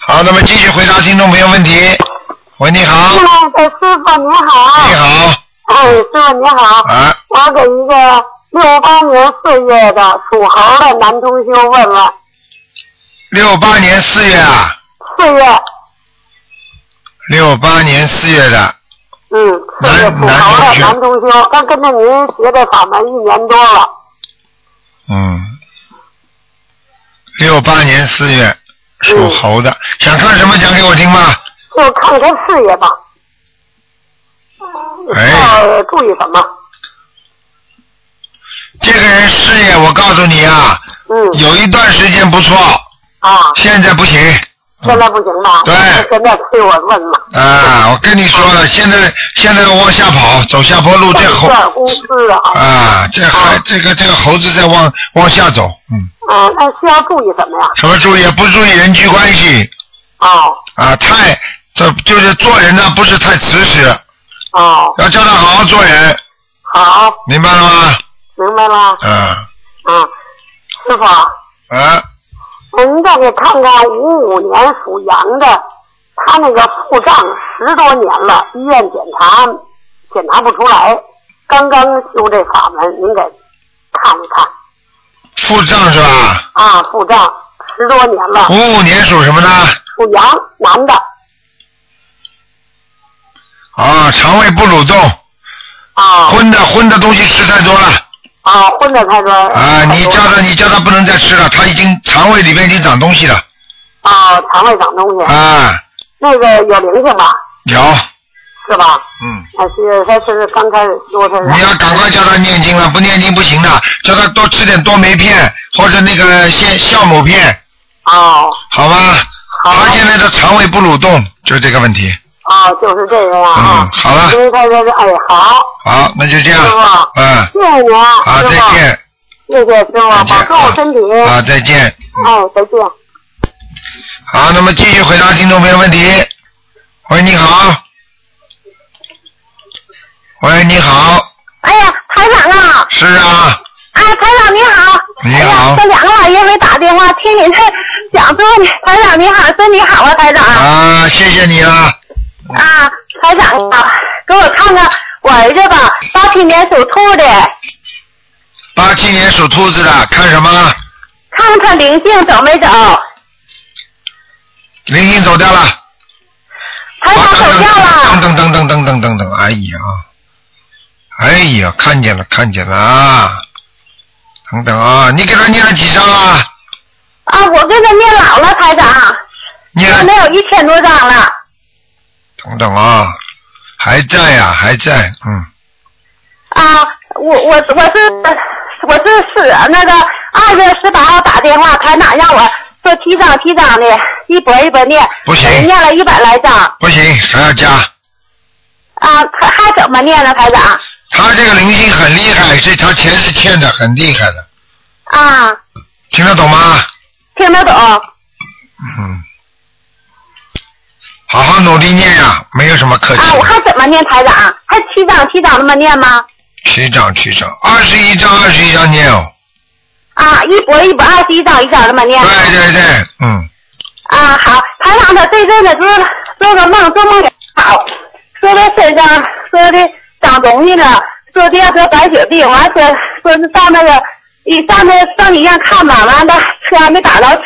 Speaker 1: 好，那么继续回答听众朋友问题。喂，你好，
Speaker 3: 亲爱的师傅你好。
Speaker 1: 你好。
Speaker 3: 哎，师傅你好。
Speaker 1: 啊。
Speaker 3: 我给一个六八年四月的属猴的男同修问了，
Speaker 1: 六八年四月啊，
Speaker 3: 四月，
Speaker 1: 六八年四月的，
Speaker 3: 嗯，四月
Speaker 1: 男男
Speaker 3: 属猴的
Speaker 1: 同
Speaker 3: 男
Speaker 1: 学，
Speaker 3: 同修，他跟着您学的法门一年多了，
Speaker 1: 嗯，六八年四月属猴的，想看什么讲给我听吧。
Speaker 3: 就看看事业吧。
Speaker 1: 哎，
Speaker 3: 要注意什么？
Speaker 1: 这个人事业，我告诉你啊，
Speaker 3: 嗯，
Speaker 1: 有一段时间不错，
Speaker 3: 啊，
Speaker 1: 现在不行。
Speaker 3: 现在不行吧？
Speaker 1: 对
Speaker 3: 现在催我问嘛。
Speaker 1: 啊，我跟你说了，现在现在往下跑，走下坡路，这猴
Speaker 3: 上市公司啊，
Speaker 1: 啊，这还这个这个猴子在往往下走，嗯，
Speaker 3: 啊，那需要注意什么呀？
Speaker 1: 什么注意？不注意人际关系
Speaker 3: 哦，
Speaker 1: 啊，太这就是做人呢，不是太慈实，
Speaker 3: 哦，
Speaker 1: 要叫他好好做人，
Speaker 3: 好，
Speaker 1: 明白了吗？
Speaker 3: 明白了。
Speaker 1: 啊
Speaker 3: 嗯，师傅啊，
Speaker 1: 啊，
Speaker 3: 您再给看看五五年属羊的，他那个腹胀十多年了，医院检查检查不出来，刚刚修这法门，您给看一看
Speaker 1: 腹胀是吧？
Speaker 3: 啊，腹胀十多年了，
Speaker 1: 五五年属什么呢？
Speaker 3: 属羊男的
Speaker 1: 啊，肠胃不蠕动，
Speaker 3: 啊
Speaker 1: 荤的荤的东西吃太多了
Speaker 3: 啊，荤的太多
Speaker 1: 啊，你
Speaker 3: 太多
Speaker 1: 叫他你叫他不能再吃了，他已经肠胃里面已经长东西了
Speaker 3: 啊，肠胃长东西，
Speaker 1: 啊，
Speaker 3: 那个有灵性吧？
Speaker 1: 有，
Speaker 3: 是吧？
Speaker 1: 嗯。
Speaker 3: 还是他是刚开始修身
Speaker 1: 你要赶快叫他念经了，不念经不行的，叫他多吃点多酶片或者那个酵酵母片，
Speaker 3: 哦
Speaker 1: 好吧？他现在的肠胃不蠕动，就这个问题。
Speaker 3: 哦，就是这个呀啊
Speaker 1: 嗯，。好了
Speaker 3: 因，为他说是哎好，
Speaker 1: 好，那就这样
Speaker 3: 师傅，
Speaker 1: 嗯，
Speaker 3: 谢谢您啊，
Speaker 1: 好，
Speaker 3: 师
Speaker 1: 再
Speaker 3: 傅，
Speaker 1: 见，
Speaker 3: 谢谢师
Speaker 1: 再
Speaker 3: 傅，保
Speaker 1: 见
Speaker 3: 重身体，
Speaker 1: 好，再见。
Speaker 3: 哎，再见。
Speaker 1: 好，那么继续回答听众朋友问题。喂，你好。喂，你好，
Speaker 3: 哎呀，台长啊，
Speaker 1: 是啊，
Speaker 3: 哎，台长你好，
Speaker 1: 你
Speaker 3: 哎呀
Speaker 1: 好，
Speaker 3: 这两个老爷没打电话，听你这讲座，台长你好，身体好啊，台长啊，
Speaker 1: 啊，谢谢你了，
Speaker 3: 啊台长啊，给我看看我儿子吧，八七年属兔的，
Speaker 1: 八七年属兔子的，看什么？
Speaker 3: 看看他灵性走没走，
Speaker 1: 灵性走掉了。
Speaker 3: 台长哎走掉
Speaker 1: 等
Speaker 3: 了，
Speaker 1: 等等等等等等等，哎呀，哎呀，看见了看见了啊！等等啊，你给他念了几张啊？
Speaker 3: 啊，我给他念老了，台长，
Speaker 1: 念
Speaker 3: 我
Speaker 1: 了
Speaker 3: 那有一千多张了。
Speaker 1: 等等啊，还在呀、还在，嗯，
Speaker 3: 啊，我我我是我是是那个二月十八号打电话，台长让我说七张七张的，一波一波念，
Speaker 1: 不行
Speaker 3: 念了一百来张
Speaker 1: 不行，还要加。
Speaker 3: 啊，还还怎么念呢，台长？
Speaker 1: 他这个灵性很厉害，所以他钱是欠的，很厉害的，
Speaker 3: 啊，
Speaker 1: 听得懂吗？
Speaker 3: 听得懂？啊，
Speaker 1: 嗯，好好努力念呀、没有什么客气
Speaker 3: 我
Speaker 1: 的。
Speaker 3: 还怎么念，台长？还七张七张那么念吗？
Speaker 1: 七张七张，二十一张二十一张念哦。
Speaker 3: 啊，一波一波，二十一张一张那么念。
Speaker 1: 对对对，嗯。
Speaker 3: 啊，好，台长他这阵子做做个梦，做梦也好，说他身上说的长东西了，说的要得白血病，完说说是到那个一上那上医院看吧，完了车还没打到车，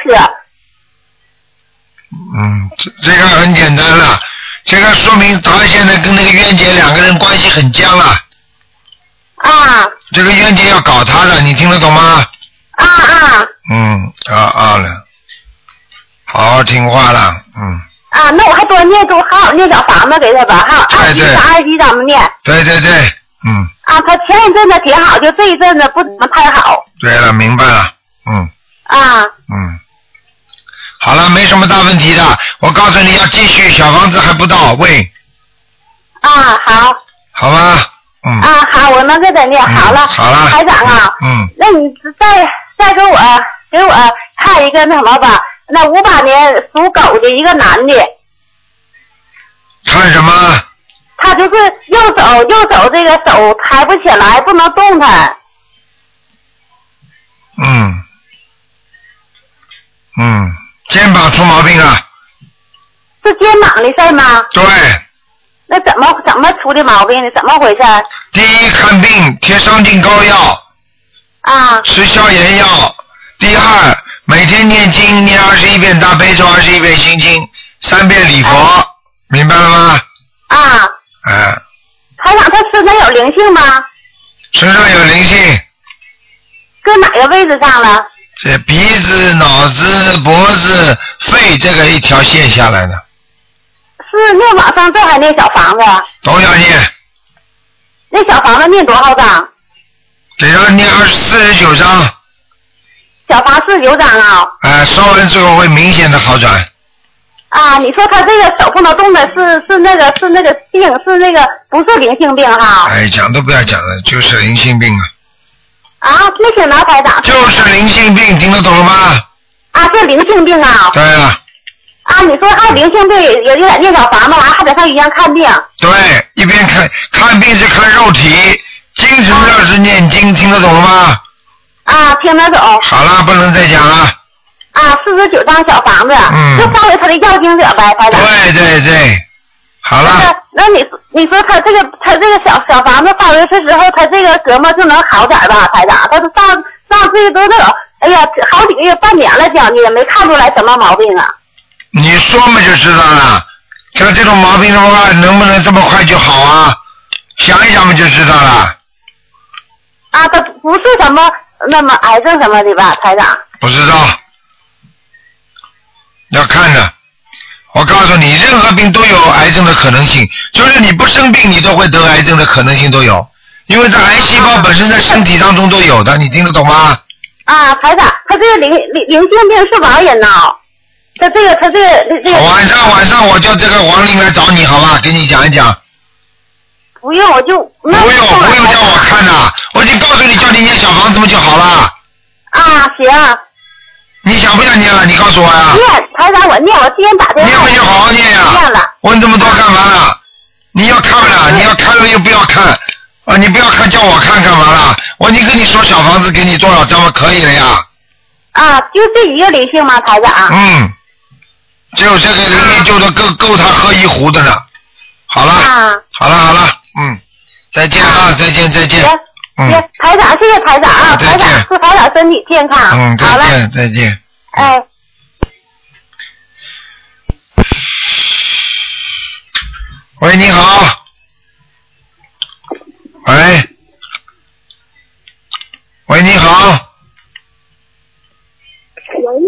Speaker 1: 嗯，这这个很简单了，这个说明他现在跟那个冤姐两个人关系很僵了。
Speaker 3: 啊
Speaker 1: 这个冤姐要搞他的，你听得懂吗？
Speaker 3: 啊啊
Speaker 1: 嗯，啊啊了，好听话了，嗯，
Speaker 3: 啊！那我还多念多好好念小房子给他吧哈，二级
Speaker 1: 哎对
Speaker 3: 章二级章的念
Speaker 1: 对对对，嗯，
Speaker 3: 啊。他前一阵子挺好，就这一阵子不怎么太好
Speaker 1: 对了，明白了，嗯
Speaker 3: 啊。
Speaker 1: 嗯，好了，没什么大问题的，我告诉你要继续，小房子还不到位，
Speaker 3: 啊，好
Speaker 1: 好吧？嗯，
Speaker 3: 啊，好，我能给他念好了。
Speaker 1: 好了，
Speaker 3: 台长啊，
Speaker 1: 嗯，
Speaker 3: 那你再再给我给我看一个那什么吧，那五八年属狗的一个男的，
Speaker 1: 看什么？
Speaker 3: 他就是右手右手这个手抬不起来，不能动弹。
Speaker 1: 嗯，嗯，肩膀出毛病了，
Speaker 3: 是肩膀的事儿吗？
Speaker 1: 对，
Speaker 3: 那怎么怎么出的毛病呢？怎么回事啊儿？
Speaker 1: 第一看病贴伤筋膏药，
Speaker 3: 啊
Speaker 1: 吃消炎药。第二，每天念经念二十一遍大悲咒，二十一遍心经，三遍礼佛，明白了吗？
Speaker 3: 啊，
Speaker 1: 哎、
Speaker 3: 台长，他身上有灵性吗？
Speaker 1: 身上有灵性，
Speaker 3: 搁哪个位置上了？
Speaker 1: 这鼻子、脑子、脖子、肺这个一条线下来的，
Speaker 3: 是念往上这还念小房子？
Speaker 1: 都要念，
Speaker 3: 那小房子念多少张？
Speaker 1: 给他念二四十九章，哎、
Speaker 3: 小房四十九张啊。
Speaker 1: 烧完之后会明显的好转。
Speaker 3: 啊，你说他这个手不能动的是是那个是那个病是那个不是灵性病哈？
Speaker 1: 哎，讲都不要讲了，就是灵性病啊，
Speaker 3: 啊，那请拿台长。
Speaker 1: 就是灵性病，听得懂了吗？
Speaker 3: 啊，是灵性病啊！
Speaker 1: 对了，
Speaker 3: 啊，你说还有灵性病也也得念小房子，完还得上医院看病。
Speaker 1: 对，一边看看病是看肉体，精神要是念经，听得懂了吗？
Speaker 3: 啊，听得懂。
Speaker 1: 好了，不能再讲了。
Speaker 3: 啊，四十九张小房子，
Speaker 1: 嗯
Speaker 3: 就发给他的要经者呗，台长。
Speaker 1: 对对对，好了，
Speaker 3: 那那你说你说他这个他这个小小房子发回去之后，他这个折磨就能好点吧，台长？他上上这个都有，哎呀，好几个月半年了将近，也没看出来什么毛病啊。
Speaker 1: 你说嘛就知道了。像这种毛病的话，能不能这么快就好啊？想一想嘛就知道了。
Speaker 3: 啊，他不是什么那么癌症什么的吧，台长？
Speaker 1: 不知道，要看的。我告诉你，任何病都有癌症的可能性，就是你不生病，你都会得癌症的可能性都有，因为这癌细胞本身在身体当中都有的，你听得懂吗？
Speaker 3: 啊，台长，他这个灵灵灵性病是亡人呐。他这个他这个这个
Speaker 1: 晚上晚上我叫这个王林来找你，好吧？给你讲一讲。
Speaker 3: 不用，我就不
Speaker 1: 不用不用叫我看的，我已经告诉你叫你念小房子不就好了？
Speaker 3: 啊，行，
Speaker 1: 你想不想念了？你告诉我呀、
Speaker 3: 念台长我念，我今天打电话。念
Speaker 1: 就好好念呀、
Speaker 3: 念了。
Speaker 1: 问这么多干嘛啦？你要看了，你要看了又不要看啊！你不要看，叫我看干嘛啦？我已经跟你说小房子给你多少张了，可以了呀。
Speaker 3: 啊，就这一个灵性吗，台长？
Speaker 1: 嗯，只有这个灵力就能够够他喝一壶的了。好了，
Speaker 3: 啊，
Speaker 1: 好了，好了，嗯，再见啊，再见，再见，嗯
Speaker 3: 行，台长，谢谢台长啊，
Speaker 1: 再
Speaker 3: 台
Speaker 1: 见
Speaker 3: 长，祝台长身体健康。
Speaker 1: 嗯，再
Speaker 3: 好了，
Speaker 1: 见，嗯再见。
Speaker 3: 哎，
Speaker 1: 喂，你好。喂，喂，你好。
Speaker 10: 喂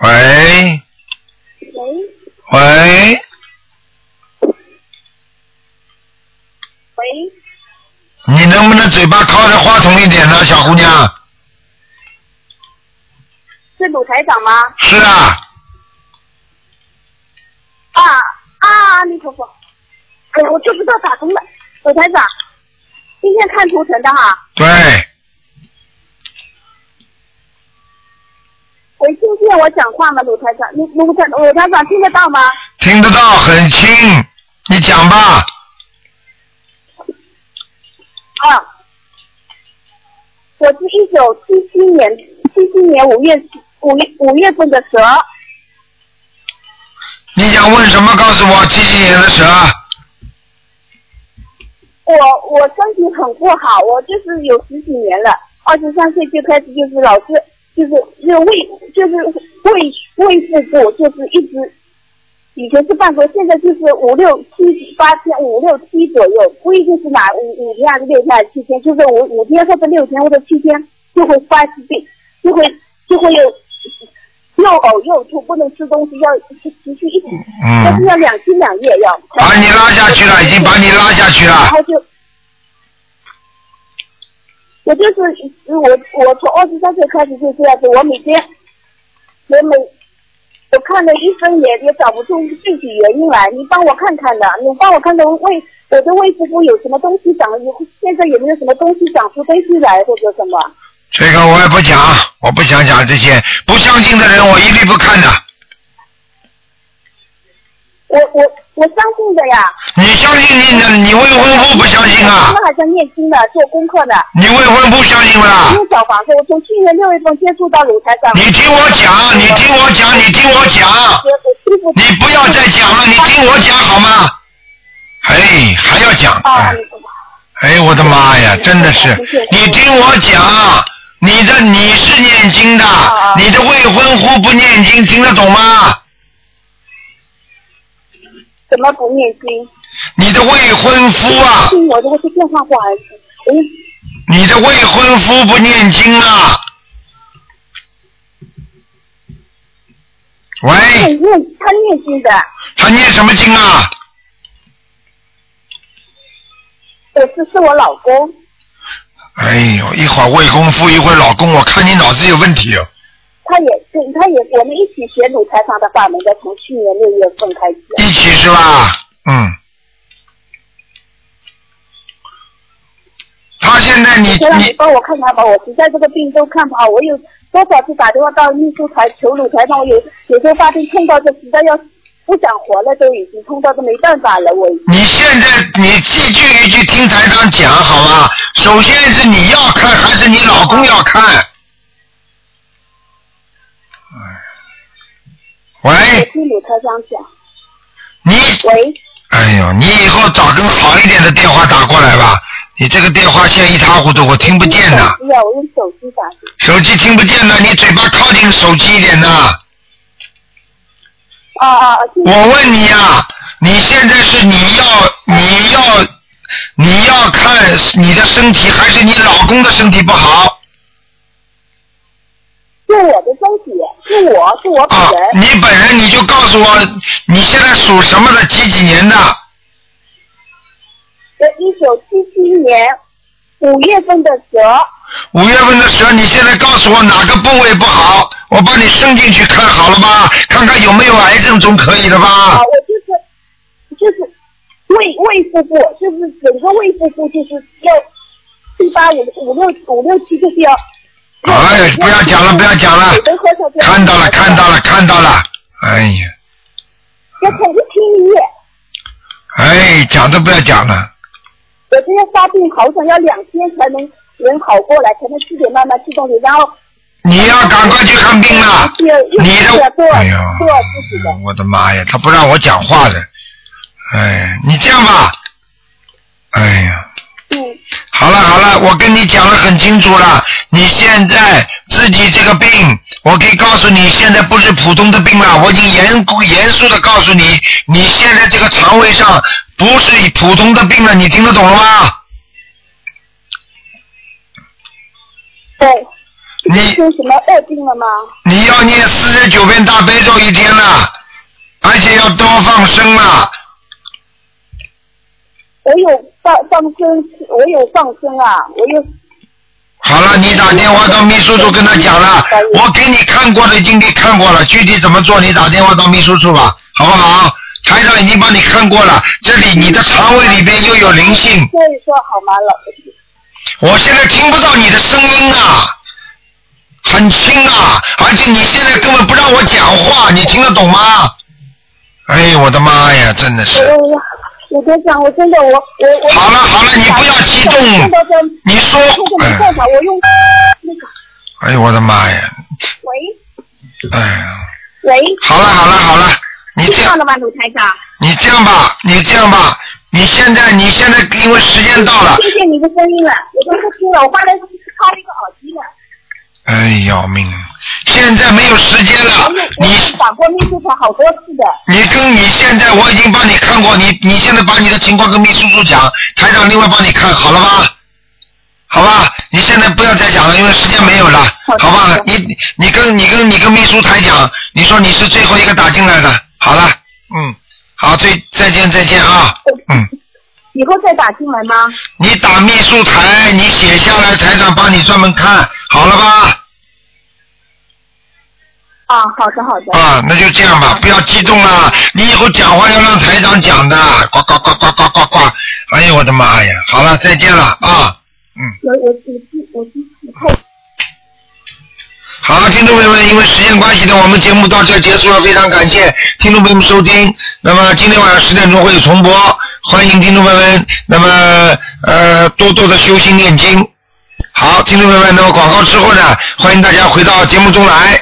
Speaker 1: 喂，
Speaker 10: 喂
Speaker 1: 喂，
Speaker 10: 喂，
Speaker 1: 你能不能嘴巴靠着话筒一点呢，小姑娘？
Speaker 10: 是鲁台长吗？
Speaker 1: 是啊，
Speaker 10: 啊啊！阿弥陀佛，哎呀，我就知道打通了。鲁台长，今天看图腾的哈，
Speaker 1: 对，
Speaker 10: 我听见我讲话吗？鲁台长，鲁鲁台鲁台长听得到吗？
Speaker 1: 听得到很清，你讲吧。
Speaker 10: 啊，我是一九七七年七七年五月五月五月份的蛇，
Speaker 1: 你想问什么？告诉我，七几年的蛇？
Speaker 10: 我我身体很不好，我就是有十几年了，二十三岁就开始就是老是就是就是胃就是胃胃事故，就是一直以前是半佛，现在就是五六七八千，五六七左右，不一定是哪五五天还是六天还是七天，就是五五天或者六天或者七天就会发疾病，就会就会有又呕又吐，不能吃东西，要持续一直，
Speaker 1: 嗯啊
Speaker 10: 但是要两天两夜要。
Speaker 1: 把你拉下去了，已经把你拉下去了。
Speaker 10: 然后就，我就是我我从二十三岁开始就这样子，我每天我每我看了医生也也找不出具体原因来，你帮我看看的，你帮我看看胃我的胃腹部有什么东西长，有现在有没有什么东西长出东西来或者什么？
Speaker 1: 这个我也不讲，我不想讲这些。不相信的人，我一律不看的。
Speaker 10: 我我我相信的呀。
Speaker 1: 你相信你的你未婚夫不相信啊
Speaker 10: 我还在念经的，做功课的。
Speaker 1: 你未婚夫相信不啦
Speaker 10: 因为小房子，我从去年六月份接触到鲁台长。
Speaker 1: 你听我讲，你听我讲，你听我讲，你不要再讲了，你听我讲好吗？哎，还要讲，哎，哎，我的妈呀，真的是，你听我讲，你的你是念经的，
Speaker 6: 啊
Speaker 1: 你的未婚夫不念经，听得懂吗？
Speaker 10: 怎么不念经？
Speaker 1: 你的未婚夫啊！
Speaker 10: 我如果是电话挂了，嗯，
Speaker 1: 你的未婚夫不念经啊？喂，
Speaker 10: 念念他念经的，
Speaker 1: 他念什么经啊？
Speaker 10: 我呃是是我老公，
Speaker 1: 哎呦，一会儿未婚夫，一会儿老公，我看你脑子有问题哦。
Speaker 10: 他也跟他也我们一起学鲁台长的法门的，从去年六月份开始。
Speaker 1: 一起是吧？嗯。他现在你
Speaker 10: 现在你帮我看看吧，我实在这个病都看不好，我有多少次打电话到秘书台求鲁台长，我有有时候发病痛到这实在要不想活了，都已经痛到都没办法了，我已经。
Speaker 1: 你现在你一句一句听台长讲好吗？首先是你要看还是你老公要看？哎喂，
Speaker 10: 我听鲁台长讲。
Speaker 1: 你
Speaker 10: 喂，
Speaker 1: 哎呦，你以后找根好一点的电话打过来吧。你这个电话线一塌糊涂，我听不见的。
Speaker 10: 不要，我用手机打。
Speaker 1: 手机听不见的，你嘴巴靠近手机一点呐。
Speaker 10: 啊啊！
Speaker 1: 我问你呀、你现在是你
Speaker 10: 嗯
Speaker 1: 要你要你要看你的身体，还是你老公的身体不好？
Speaker 10: 是我的身体，是我是我本人。
Speaker 1: 你本人你就告诉我，你现在属什么的，几几年的？
Speaker 10: 呃，一九七七年五月份的蛇，
Speaker 1: 五月份的蛇，你现在告诉我哪个部位不好，我帮你伸进去看好了吧，看看有没有癌症，总可以的吧
Speaker 10: 啊，？我就是就是胃胃腹部，就是整个胃腹部就是要七八五五六五六七就是要。
Speaker 1: 哎呀，不要讲了，不要讲了，看到了，看到了，看到了，哎呀，
Speaker 10: 要统一听音乐，
Speaker 1: 哎，讲都不要讲了。
Speaker 10: 我这要发病好转要两天才能能好过来，才能吃点慢慢吃东西，然后
Speaker 1: 你要赶快去看病了，
Speaker 10: 又又
Speaker 1: 你
Speaker 10: 又要做
Speaker 1: 的，哎呀，
Speaker 10: 做自己的。
Speaker 1: 我的妈呀，他不让我讲话的，哎，你这样吧，哎呀，
Speaker 10: 嗯，
Speaker 1: 好了好了，我跟你讲的很清楚了，你现在自己这个病，我可以告诉你，现在不是普通的病了，我已经严严肃的告诉你，你现在这个肠胃上不是普通的病了，你听得懂了吗？
Speaker 10: 对。
Speaker 1: 你
Speaker 10: 有什么恶病了吗？
Speaker 1: 你要念四十九遍大悲咒一天了，而且要多放生了。
Speaker 10: 我有放放生，我有放生啊，我有
Speaker 1: 好了，你打电话到秘书处跟他讲了，我给你看过的已经给看过了，具体怎么做你打电话到秘书处吧，好不好？台上已经帮你看过了，这里你的肠胃里边又有灵性，
Speaker 10: 所以说好吗，老
Speaker 1: 我现在听不到你的声音啊，很轻啊，而且你现在根本不让我讲话，你听得懂吗？哎，我的妈呀，真的是。
Speaker 10: 哎我我我跟你讲，我真的我我我。好了
Speaker 1: 好了，你不要激
Speaker 10: 动。
Speaker 1: 你说。嗯
Speaker 10: 这个没办法，我用那个
Speaker 1: 哎呦我的妈呀！
Speaker 10: 喂
Speaker 1: 哎呀，
Speaker 10: 喂。
Speaker 1: 好了好了好了，你
Speaker 10: 听到了吧，鲁台长？
Speaker 1: 你这样吧，你这样吧，你现在你现在因为时间到了，
Speaker 10: 听见你的声音了，我都不听了，我换了插了一个耳机了。
Speaker 1: 哎，要命！现在没有时间了，
Speaker 10: 你打过秘书处好多次的，
Speaker 1: 你跟你现在我已经帮你看过，你你现在把你的情况跟秘书处讲，台长另外帮你看好了吗？好吧，你现在不要再讲了，因为时间没有了，好吧？你你你跟你跟你跟秘书台讲，你说你是最后一个打进来的，好了，嗯，好，再再见再见啊，嗯，
Speaker 10: 以后再打进来吗？
Speaker 1: 你打秘书台，你写下来，台长帮你专门看好了吧？
Speaker 10: 啊，好的好的。
Speaker 1: 啊，那就这样吧，不要激动了，你以后讲话要让台长讲的，呱呱呱呱呱呱呱，哎呦我的妈呀，好了，再见了啊。
Speaker 10: 我我我记我记太
Speaker 1: 好，听众朋友们，因为时间关系呢，我们节目到这儿结束了，非常感谢听众朋友们收听。那么今天晚上十点钟会有重播，欢迎听众朋友们，那么呃多多的修心念经。好，听众朋友们，那么广告之后呢，欢迎大家回到节目中来。